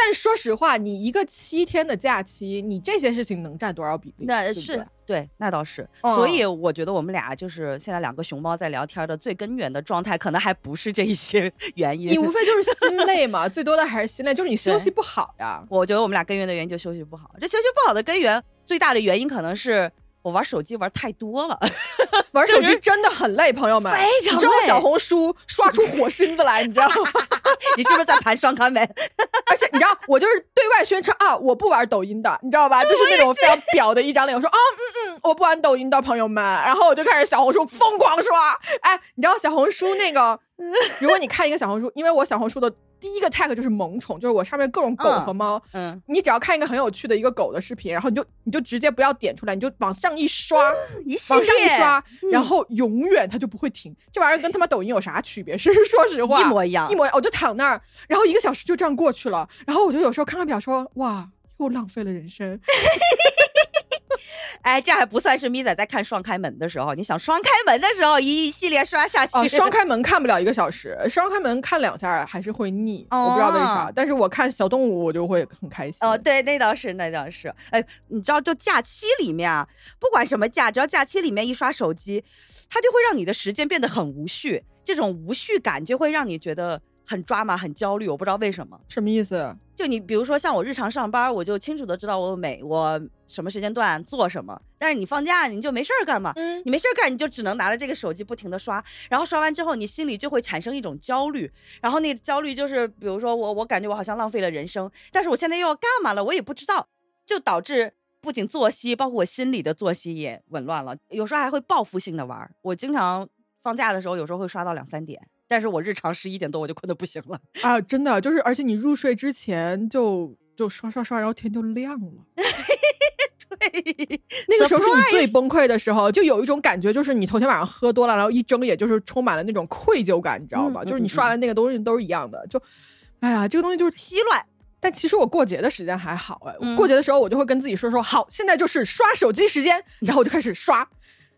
Speaker 1: 但说实话，你一个七天的假期，你这些事情能占多少比例？对
Speaker 2: 那
Speaker 1: 不
Speaker 2: 是
Speaker 1: 对
Speaker 2: 对那倒是。
Speaker 1: 嗯
Speaker 2: 所以我觉得我们俩就是现在两个熊猫在聊天的最根源的状态，可能还不是这一些 原
Speaker 1: 你无
Speaker 2: 因。
Speaker 1: 非就是心累嘛， 最多的还是心累，就是你休息不好呀。啊
Speaker 2: 我觉得我们俩根源的原因就休息不好。这休息不好的根源最大的原因可能是。我玩手机玩太多了，
Speaker 1: 玩手机真的很累，朋友们。
Speaker 2: 非常
Speaker 1: 你知道
Speaker 2: 累
Speaker 1: 小红书刷出火星子来，你知道吗？
Speaker 2: 你是不是在盘双康 门？
Speaker 1: 而且你知道，我就是对外宣称啊，我不玩抖音的，你知道吧？就是那种非常表的一张脸，我说啊，嗯嗯，我不玩抖音的朋友们。然后我就开始小红书疯狂刷，哎，你知道小红书那个，如果你看一个小红书，因为我小红书的第一个 tag 就是萌宠，就是我上面各种狗和猫。
Speaker 2: 嗯，
Speaker 1: 你只要看一个很有趣的一个狗的视频，然后你就你就直接不要点出来，你就往上一刷，
Speaker 2: 一系
Speaker 1: 往上一
Speaker 2: 列
Speaker 1: 刷，
Speaker 2: 嗯
Speaker 1: 然后永远它就不会停。这玩意儿跟他妈抖音有啥区别？ 是说实话，
Speaker 2: 一模一样
Speaker 1: 一模一样。我就躺那儿，然后一个小时就这样过去了。然后我就有时候看看表说，哇，又浪费了人生。
Speaker 2: 哎，这还不算是咪仔在看双开门的时候，你想双开门的时候一系列刷下去，
Speaker 1: 啊，双开门看不了一个小时，双开门看两下还是会腻，我不知道为啥
Speaker 2: 哦。
Speaker 1: 但是我看小动物，我就会很开心。
Speaker 2: 哦，对，那倒是，那倒是。哎，你知道，就假期里面啊，不管什么假，只要假期里面一刷手机，它就会让你的时间变得很无序，这种无序感就会让你觉得很抓马、很焦虑。我不知道为什么。
Speaker 1: 什么意思？
Speaker 2: 就你比如说像我日常上班，我就清楚的知道我每我什么时间段做什么，但是你放假你就没事儿干嘛，
Speaker 1: 嗯，
Speaker 2: 你没事儿干，你就只能拿着这个手机不停的刷，然后刷完之后，你心里就会产生一种焦虑，然后那个焦虑就是，比如说我，我感觉我好像浪费了人生，但是我现在又要干嘛了，我也不知道，就导致不仅作息，包括我心里的作息也紊乱了，有时候还会报复性的玩儿。我经常放假的时候，有时候会刷到两三点，但是我日常十一点多我就困得不行了。
Speaker 1: 啊，真的就是，而且你入睡之前就就刷刷刷，然后天就亮了。
Speaker 2: 对，
Speaker 1: 那个时候
Speaker 2: 哎
Speaker 1: 是你最崩溃的时候，就有一种感觉，就是你头天晚上喝多了，然后一睁眼就是充满了那种愧疚感，你知道吗？
Speaker 2: 嗯
Speaker 1: 就是你刷完那个东西都是一样的，就，哎呀，这个东西就是。
Speaker 2: 稀乱，
Speaker 1: 但其实我过节的时间还好哎，
Speaker 2: 嗯
Speaker 1: 过节的时候我就会跟自己说说，好，现在就是刷手机时间，然后我就开始刷。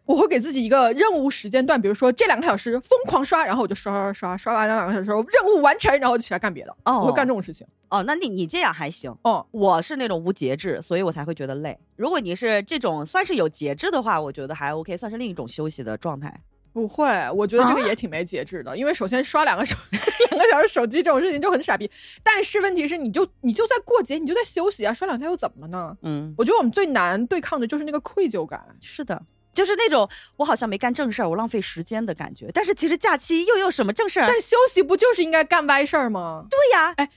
Speaker 1: 我会给自己一个任务时间段，比如说这两个小时疯狂刷，然后我就刷刷刷，刷完两个小时，任务完成，然后我就起来干别的。
Speaker 2: 哦
Speaker 1: 我会干这种事情。
Speaker 2: 哦，那你你这样还行。
Speaker 1: 哦，
Speaker 2: 我是那种无节制，所以我才会觉得累。如果你是这种算是有节制的话，我觉得还 OK，算是另一种休息的状态。
Speaker 1: 不会，我觉得
Speaker 2: 啊
Speaker 1: 这个也挺没节制的，因为首先刷两个手 两个小时手机这种事情就很傻逼。但是问题是，你就你就在过节，你就在休息啊，刷两下又怎么了呢？
Speaker 2: 嗯，
Speaker 1: 我觉得我们最难对抗的就是那个愧疚感。
Speaker 2: 是的，就是那种我好像没干正事儿，我浪费时间的感觉。但是其实假期又有什么正事儿？啊
Speaker 1: 但是休息不就是应该干歪事儿吗？哎
Speaker 2: 对呀，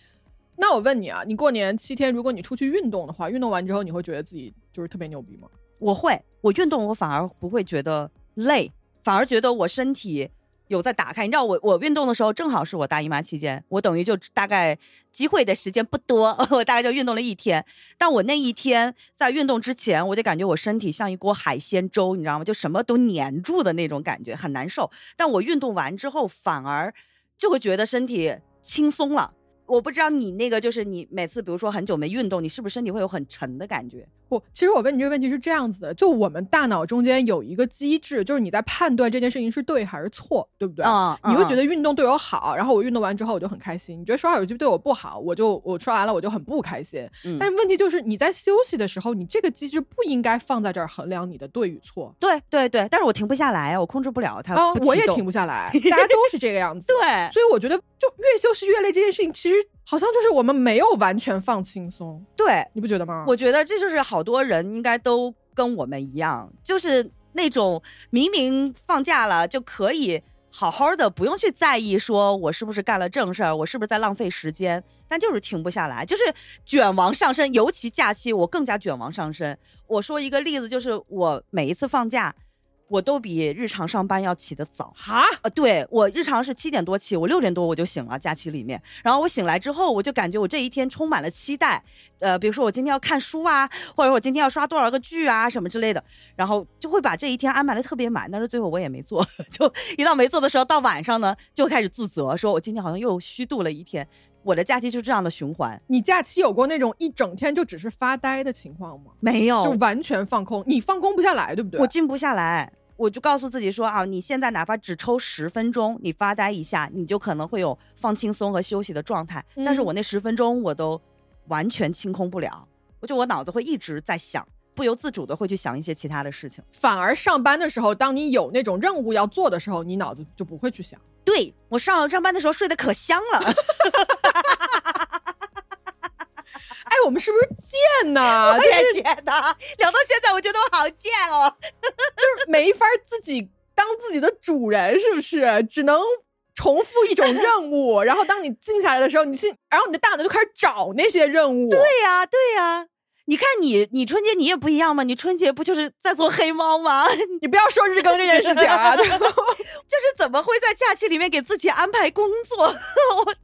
Speaker 1: 那我问你啊，你过年七天，如果你出去运动的话，运动完之后你会觉得自己就是特别牛逼吗？
Speaker 2: 我会，我运动我反而不会觉得累，反而觉得我身体有在打开。你知道我我运动的时候，正好是我大姨妈期间，我等于就大概机会的时间不多， 我大概就运动了一天。但我那一天在运动之前，我就感觉我身体像一锅海鲜粥，你知道吗？就什么都粘住的那种感觉，很难受。但我运动完之后，反而就会觉得身体轻松了。我不知道你那个，就是你每次比如说很久没运动，你是不是身体会有很沉的感觉？
Speaker 1: 不，其实我问你这个问题是这样子的，就我们大脑中间有一个机制，就是你在判断这件事情是对还是错，对不对？
Speaker 2: 啊
Speaker 1: 你会
Speaker 2: 嗯
Speaker 1: 觉得运动对我好，然后我运动完之后我就很开心。你觉得刷手机对我不好，我就我刷完了我就很不开心。
Speaker 2: 嗯
Speaker 1: 但问题就是你在休息的时候，你这个机制不应该放在这儿衡量你的对与错
Speaker 2: 对对对，但是我停不下来，我控制不了它
Speaker 1: 啊
Speaker 2: 不。
Speaker 1: 我
Speaker 2: 启
Speaker 1: 也
Speaker 2: 动
Speaker 1: 停不下 来，大家都是这个样子。
Speaker 2: 对，
Speaker 1: 所以我觉得就越休息越累这件事情，其实好像就是我们没有完全放轻松，
Speaker 2: 对，
Speaker 1: 你不觉得吗？
Speaker 2: 我觉得这就是好多人应该都跟我们一样，就是那种明明放假了就可以好好的，不用去在意说我是不是干了正事儿，我是不是在浪费时间，但就是停不下来，就是卷王上身。尤其假期，我更加卷王上身。我说一个例子，就是我每一次放假，我都比日常上班要起得早。
Speaker 1: 哈，
Speaker 2: 呃，对我日常是七点多起，我六点多我就醒了，假期里面。然后我醒来之后，我就感觉我这一天充满了期待，呃，比如说我今天要看书啊，或者我今天要刷多少个剧啊什么之类的，然后就会把这一天安排的特别满。但是最后我也没做， 就一到没做的时候，到晚上呢就开始自责，说我今天好像又虚度了一天。我的假期就这样的循环，
Speaker 1: 你假期有过那种一整天就只是发呆的情况吗？
Speaker 2: 没有，
Speaker 1: 就完全放空，你放空不下来，对不对？
Speaker 2: 哦我静不下来。我就告诉自己说啊，你现在哪怕只抽十分钟，你发呆一下，你就可能会有放轻松和休息的状态。但是
Speaker 1: 嗯
Speaker 2: 我那十分钟我都完全清空不了，我就我脑子会一直在想，不由自主的会去想一些其他的事情。
Speaker 1: 反而上班的时候，当你有那种任务要做的时候，你脑子就不会去想。
Speaker 2: 对我 上上班的时候睡得可香了，
Speaker 1: 哎，我们是不是贱呐？
Speaker 2: 我也觉得，聊到现在，我觉得我好贱哦。
Speaker 1: 就是没法自己当自己的主人，是不是？只能重复一种任 务，然后当你静下来的时候，你心，然后你的大脑就开始找那些任务。对，
Speaker 2: 对呀、对呀、你看你，你春节你也不一样嘛，你春节不就是在做黑猫吗？
Speaker 1: 你不要说日更这件事情 啊， 就
Speaker 2: 就是怎么会在假期里面给自己安排工作？ 我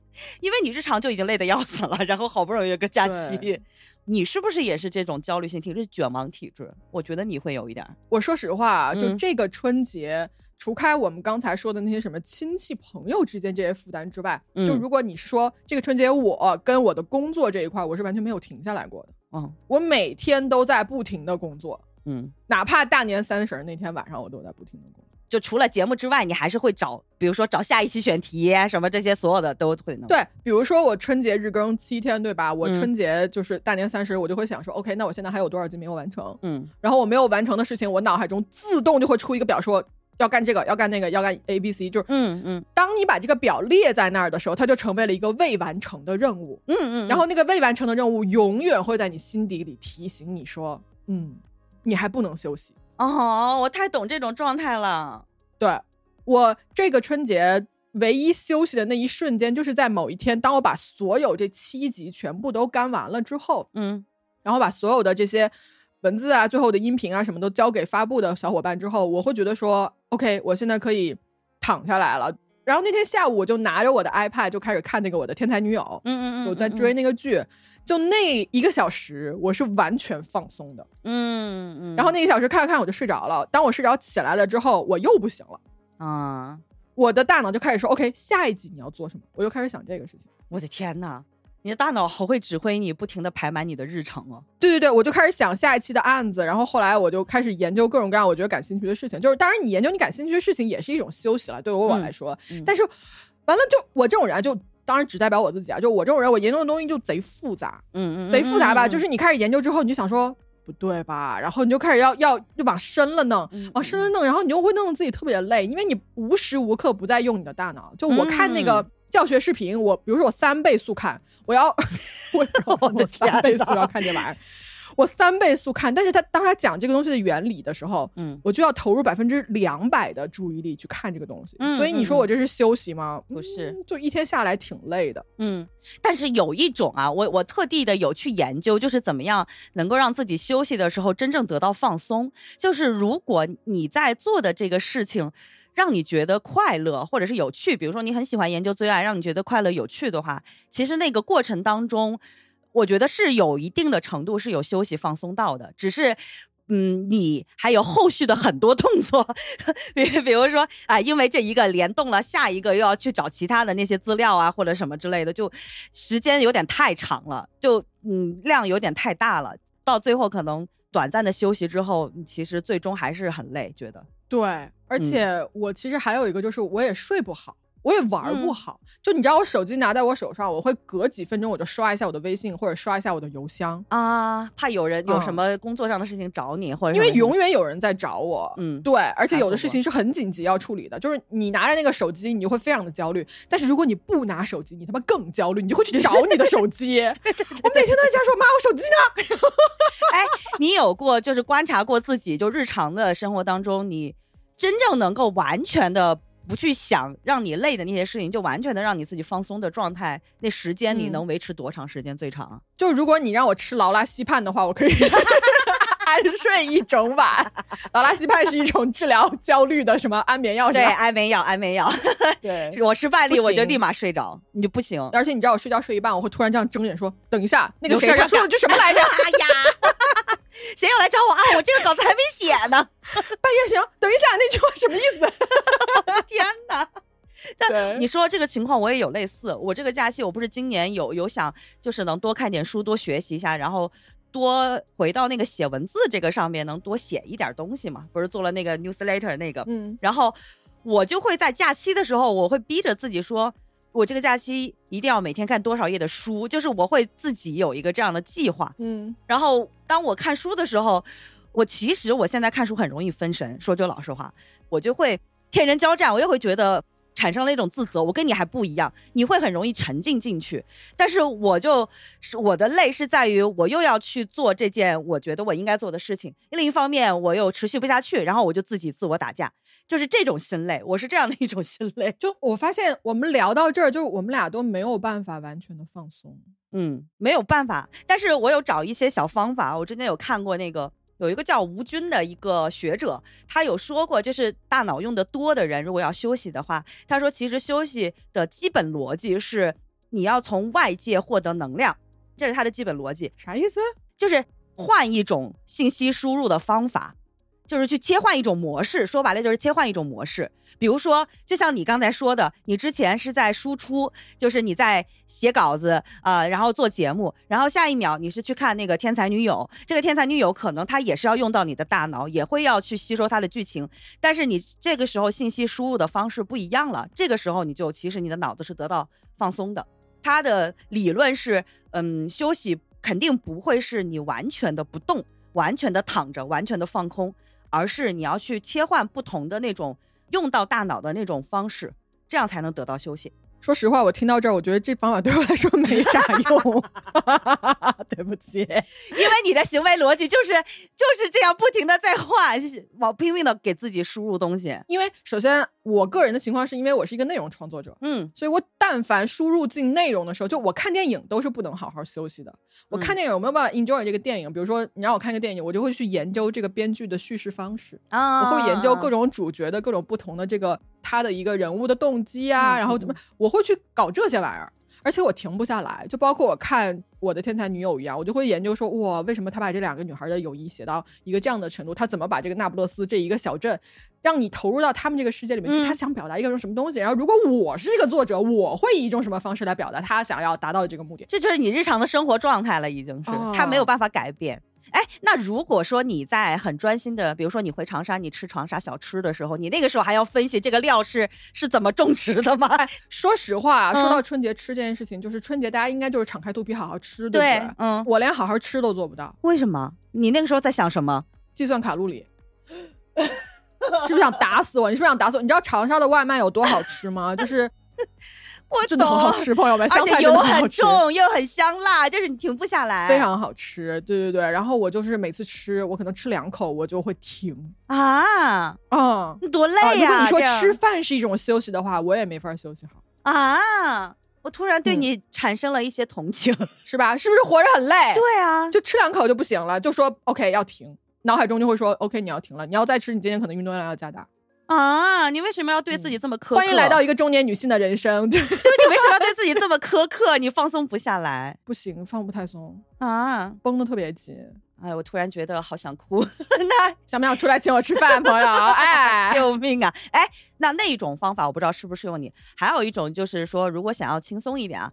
Speaker 2: 因为你日常就已经累得要死了，然后好不容易有个假期
Speaker 1: 对，
Speaker 2: 你是不是也是这种焦虑性体质、卷王体质？我觉得你会有一点儿。
Speaker 1: 我说实话啊，就
Speaker 2: 嗯
Speaker 1: 这个春节，除开我们刚才说的那些什么亲戚朋友之间这些负担之外，就
Speaker 2: 嗯
Speaker 1: 如果你是说这个春节我跟我的工作这一块，我是完全没有停下来过的，
Speaker 2: 嗯
Speaker 1: 我每天都在不停的工作，
Speaker 2: 嗯，
Speaker 1: 哪怕大年三十儿那天晚上，我都在不停的工作。
Speaker 2: 就除了节目之外，你还是会找，比如说找下一期选题啊什么这些，所有的都会弄。，
Speaker 1: 对，比如说我春节日更七天，对吧？我
Speaker 2: 嗯
Speaker 1: 春节就是大年三十，我就会想说、o k 那我现在还有多少集没有完成？
Speaker 2: 嗯
Speaker 1: 然后我没有完成的事情，我脑海中自动就会出一个表说。要干这个，要干那个，要干 A、B、C，就是
Speaker 2: 嗯嗯
Speaker 1: 当你把这个表列在那儿的时候，它就成为了一个未完成的任务。
Speaker 2: 嗯嗯，
Speaker 1: 然后那个未完成的任务永远会在你心底里提醒你说，嗯，你还不能休息。
Speaker 2: 哦，我太懂这种状态了。
Speaker 1: 对我这个春节唯一休息的那一瞬间，就是在某一天，当我把所有这七集全部都干完了之后，
Speaker 2: 嗯
Speaker 1: 然后把所有的这些文字啊、最后的音频啊什么都交给发布的小伙伴之后，我会觉得说，OK，我现在可以躺下来了。然后那天下午，我就拿着我的 iPad 就开始看那个我的天才女友，
Speaker 2: 嗯嗯嗯，
Speaker 1: 我在
Speaker 2: 嗯
Speaker 1: 追。那个剧，就那一个小时我是完全放松的。
Speaker 2: 嗯嗯，
Speaker 1: 然后那一个小时看着看着我就睡着了，当我睡着起来了之后，我又不行了。
Speaker 2: 啊。
Speaker 1: 我的大脑就开始说，OK，下一集你要做什么？我就开始想这个事情。
Speaker 2: 我的天呐，你的大脑好会指挥你，不停的排满你的日程哦。
Speaker 1: 对对对，我就开始想下一期的案子，然后后来我就开始研究各种各样我觉得感兴趣的事情。就是当然，你研究你感兴趣的事情也是一种休息了，对于我
Speaker 2: 嗯
Speaker 1: 来说。
Speaker 2: 嗯
Speaker 1: 但是完了就，我这种人啊就当然只代表我自己啊，就我这种人，我研究的东西就贼复杂，
Speaker 2: 嗯
Speaker 1: 贼复杂吧。
Speaker 2: 嗯
Speaker 1: 就是你开始研究之后，你就想说不对吧，然后你就开始要要就往深了弄，
Speaker 2: 嗯
Speaker 1: 往深了弄，然后你就会弄得自己特别累，因为你无时无刻不在用你的大脑。就我看那
Speaker 2: 嗯
Speaker 1: 个教学视频，我比如说我三倍速看，我要 我要
Speaker 2: 我的
Speaker 1: 我
Speaker 2: 天
Speaker 1: 三倍速
Speaker 2: 哪
Speaker 1: 要看这玩意儿，我三倍速看，但是他当他讲这个东西的原理的时候。
Speaker 2: 嗯，
Speaker 1: 我就要投入百分之两百的注意力去看这个东西，
Speaker 2: 嗯
Speaker 1: 所以你说
Speaker 2: 嗯嗯
Speaker 1: 我这是休息吗？
Speaker 2: 不是
Speaker 1: 嗯就一天下来挺累的。
Speaker 2: 嗯，但是有一种啊，我我特地的有去研究，就是怎么样能够让自己休息的时候真正得到放松。就是如果你在做的这个事情让你觉得快乐或者是有趣，比如说你很喜欢研究最爱，让你觉得快乐有趣的话，其实那个过程当中，我觉得是有一定的程度是有休息放松到的，只是。嗯，你还有后续的很多动作， 比比如说啊，因为这一个联动了，下一个又要去找其他的那些资料啊，或者什么之类的，就时间有点太长了，就嗯量有点太大了，到最后可能短暂的休息之后，你其实最终还是很累，觉得
Speaker 1: 对，而
Speaker 2: 嗯
Speaker 1: 且我其实还有一个就是我也睡不好，我也玩儿不
Speaker 2: 嗯
Speaker 1: 好。就你知道，我手机拿在我手上，我会隔几分钟我就刷一下我的微信或者刷一下我的邮箱，
Speaker 2: 啊，怕有人有什
Speaker 1: 嗯
Speaker 2: 么工作上的事情找你，或者
Speaker 1: 因为
Speaker 2: 什么
Speaker 1: 永远有人在找我。
Speaker 2: 嗯
Speaker 1: 对，而且
Speaker 2: 打
Speaker 1: 有
Speaker 2: 错
Speaker 1: 的事
Speaker 2: 过
Speaker 1: 情是很紧急要处理的，就是你拿着那个手机，你就会非常的焦虑。但是如果你不拿手机，你他妈更焦虑，你就会去找你的手 机。我每天都在家说：“妈，我手机呢
Speaker 2: 哎，你有过就是观察过自己，就日常的生活当中，你真正能够完全的不去想让你累的那些事情，就完全的让你自己放松的状态，那时间你
Speaker 1: 嗯
Speaker 2: 能维持多长时间最长啊？？”
Speaker 1: 就如果你让我吃劳拉西泮的话，我可以 安睡一整晚。劳拉西泮是一种治疗焦虑的什么安眠药？是
Speaker 2: 对，
Speaker 1: 吧
Speaker 2: 安眠药，安眠药，
Speaker 1: 哦 对
Speaker 2: 我吃饭粒
Speaker 1: 不
Speaker 2: 我就
Speaker 1: 行
Speaker 2: 立马睡着，你就不行。
Speaker 1: 而且你知道，我睡觉睡一半，我会突然这样睁眼说：“等一下，那个
Speaker 2: 有
Speaker 1: 谁
Speaker 2: 事儿要
Speaker 1: 他说了句什么来着？
Speaker 2: 哎呀， 谁要来找我啊？我这个稿子还没写呢。
Speaker 1: 半夜醒，等一下，那句话什么意思
Speaker 2: 天哪！ 但
Speaker 1: 对
Speaker 2: 你说这个情况我也有类似，我这个假期我不是今年有有想就是能多看点书，多学习一下，然后多回到那个写文字这个上面能多写一点东西嘛？不是做了那个 newsletter 那个？”，
Speaker 1: 嗯，
Speaker 2: 然后我就会在假期的时候，我会逼着自己说，我这个假期一定要每天看多少页的书，就是我会自己有一个这样的计划。
Speaker 1: 嗯，
Speaker 2: 然后当我看书的时候，我其实我现在看书很容易分神，说句老实话，我就会天人交战，我又会觉得。产生了一种自责。我跟你还不一样，你会很容易沉浸进去，但是我就是我的累是在于我又要去做这件我觉得我应该做的事情，另一方面我又持续不下去，然后我就自己自我打架，就是这种心累，我是这样的一种心累。
Speaker 1: 就我发现我们聊到这儿，就是我们俩都没有办法完全的放松。
Speaker 2: 嗯，没有办法，但是我有找一些小方法。我之前有看过那个有一个叫吴军的一个学者，他有说过，就是大脑用的多的人，如果要休息的话，他说其实休息的基本逻辑是你要从外界获得能量，这是他的基本逻辑，
Speaker 1: 啥意思？
Speaker 2: 就是换一种信息输入的方法。就是去切换一种模式，说白了就是切换一种模式。比如说，就像你刚才说的，你之前是在输出，就是你在写稿子啊、呃，然后做节目，然后下一秒你是去看那个《天才女友》。这个《天才女友》可能它也是要用到你的大脑，也会要去吸收它的剧情，但是你这个时候信息输入的方式不一样了，这个时候你就其实你的脑子是得到放松的。它的理论是，嗯，休息肯定不会是你完全的不动、完全的躺着、完全的放空。而是你要去切换不同的那种用到大脑的那种方式，这样才能得到休息。
Speaker 1: 说实话，我听到这儿，我觉得这方法对我来说没啥 用。对不起，因
Speaker 2: 为你的行为逻辑就是就是这样，不停的在换， 往拼命的给自己输入东西。
Speaker 1: 因为首先，我个人的情况是因为我是一个内容创作者，
Speaker 2: 嗯，
Speaker 1: 所以我但凡输入进内容的时候，就我看电影都是不能好好休息的。我看电影有没有办法 enjoy 这个电影？比如说你让我看个电影，我就会去研究这个编剧的叙事方式，
Speaker 2: 啊，
Speaker 1: 我会研究各种主角的各种不同的这个他的一个人物的动机啊，
Speaker 2: 嗯
Speaker 1: 然后怎么我会去搞这些玩意儿，而且我停不下来。就包括我看我的天才女友一样，我就会研究说，哇，为什么他把这两个女孩的友谊写到一个这样的程度？他怎么把这个那不勒斯这一个小镇，让你投入到他们这个世界里面去？
Speaker 2: 嗯
Speaker 1: 他想表达一个什么东西？然后如果我是这个作者，我会以一种什么方式来表达他想要达到的这个目的？
Speaker 2: 这就是你日常的生活状态了，已经是，
Speaker 1: 哦
Speaker 2: 它没有办法改变。哎，那如果说你在很专心的，比如说你回长沙，你吃长沙小吃的时候，你那个时候还要分析这个料是是怎么种植的 吗？
Speaker 1: 哎说实话，
Speaker 2: 嗯
Speaker 1: 说到春节吃这件事情，就是春节大家应该就是敞开肚皮好好吃，不
Speaker 2: 对
Speaker 1: 对？，
Speaker 2: 嗯，
Speaker 1: 我连好好吃都做不到，
Speaker 2: 为什么？你那个时候在想什么？
Speaker 1: 计算卡路里。是不是想打死我？你是不是想打死我？你知道长沙的外卖有多好吃 吗？就是
Speaker 2: 我
Speaker 1: 真的很好
Speaker 2: 懂
Speaker 1: 吃，朋友们，
Speaker 2: 而
Speaker 1: 香
Speaker 2: 且
Speaker 1: 菜
Speaker 2: 油
Speaker 1: 真的很好
Speaker 2: 很
Speaker 1: 吃，
Speaker 2: 重哎又很香辣，就是你停不下来，
Speaker 1: 非常好吃。对对对，然后我就是每次吃，我可能吃两口我就会停
Speaker 2: 啊，
Speaker 1: 啊。
Speaker 2: 你多
Speaker 1: 啊，
Speaker 2: 累
Speaker 1: 如
Speaker 2: 呀、
Speaker 1: 果你说
Speaker 2: 这样
Speaker 1: 吃饭是一种休息的话，我也没法休息好，
Speaker 2: 啊，我突然对
Speaker 1: 嗯
Speaker 2: 你产生了一些同情。
Speaker 1: 是吧？是不是活着很累？
Speaker 2: 对 啊，
Speaker 1: 就吃两口就不行了，就说 OK 要停，脑海中就会说 OK 你要停了，你要再吃，你今天可能运动量要加大。
Speaker 2: 啊，你为什么要对自己这么苛刻？
Speaker 1: 欢迎来到一个中年女性的人生， 就
Speaker 2: 就你为什么要对自己这么苛刻？你放松不下来
Speaker 1: 不行，放不太松，
Speaker 2: 啊！
Speaker 1: 绷得特别紧。
Speaker 2: 哎，我突然觉得好想哭，，
Speaker 1: 想不想出来请我吃饭，朋友？哎
Speaker 2: 救命啊！哎，那那一种方法我不知道适不适用你。还有一种就是说，如果想要轻松一点啊，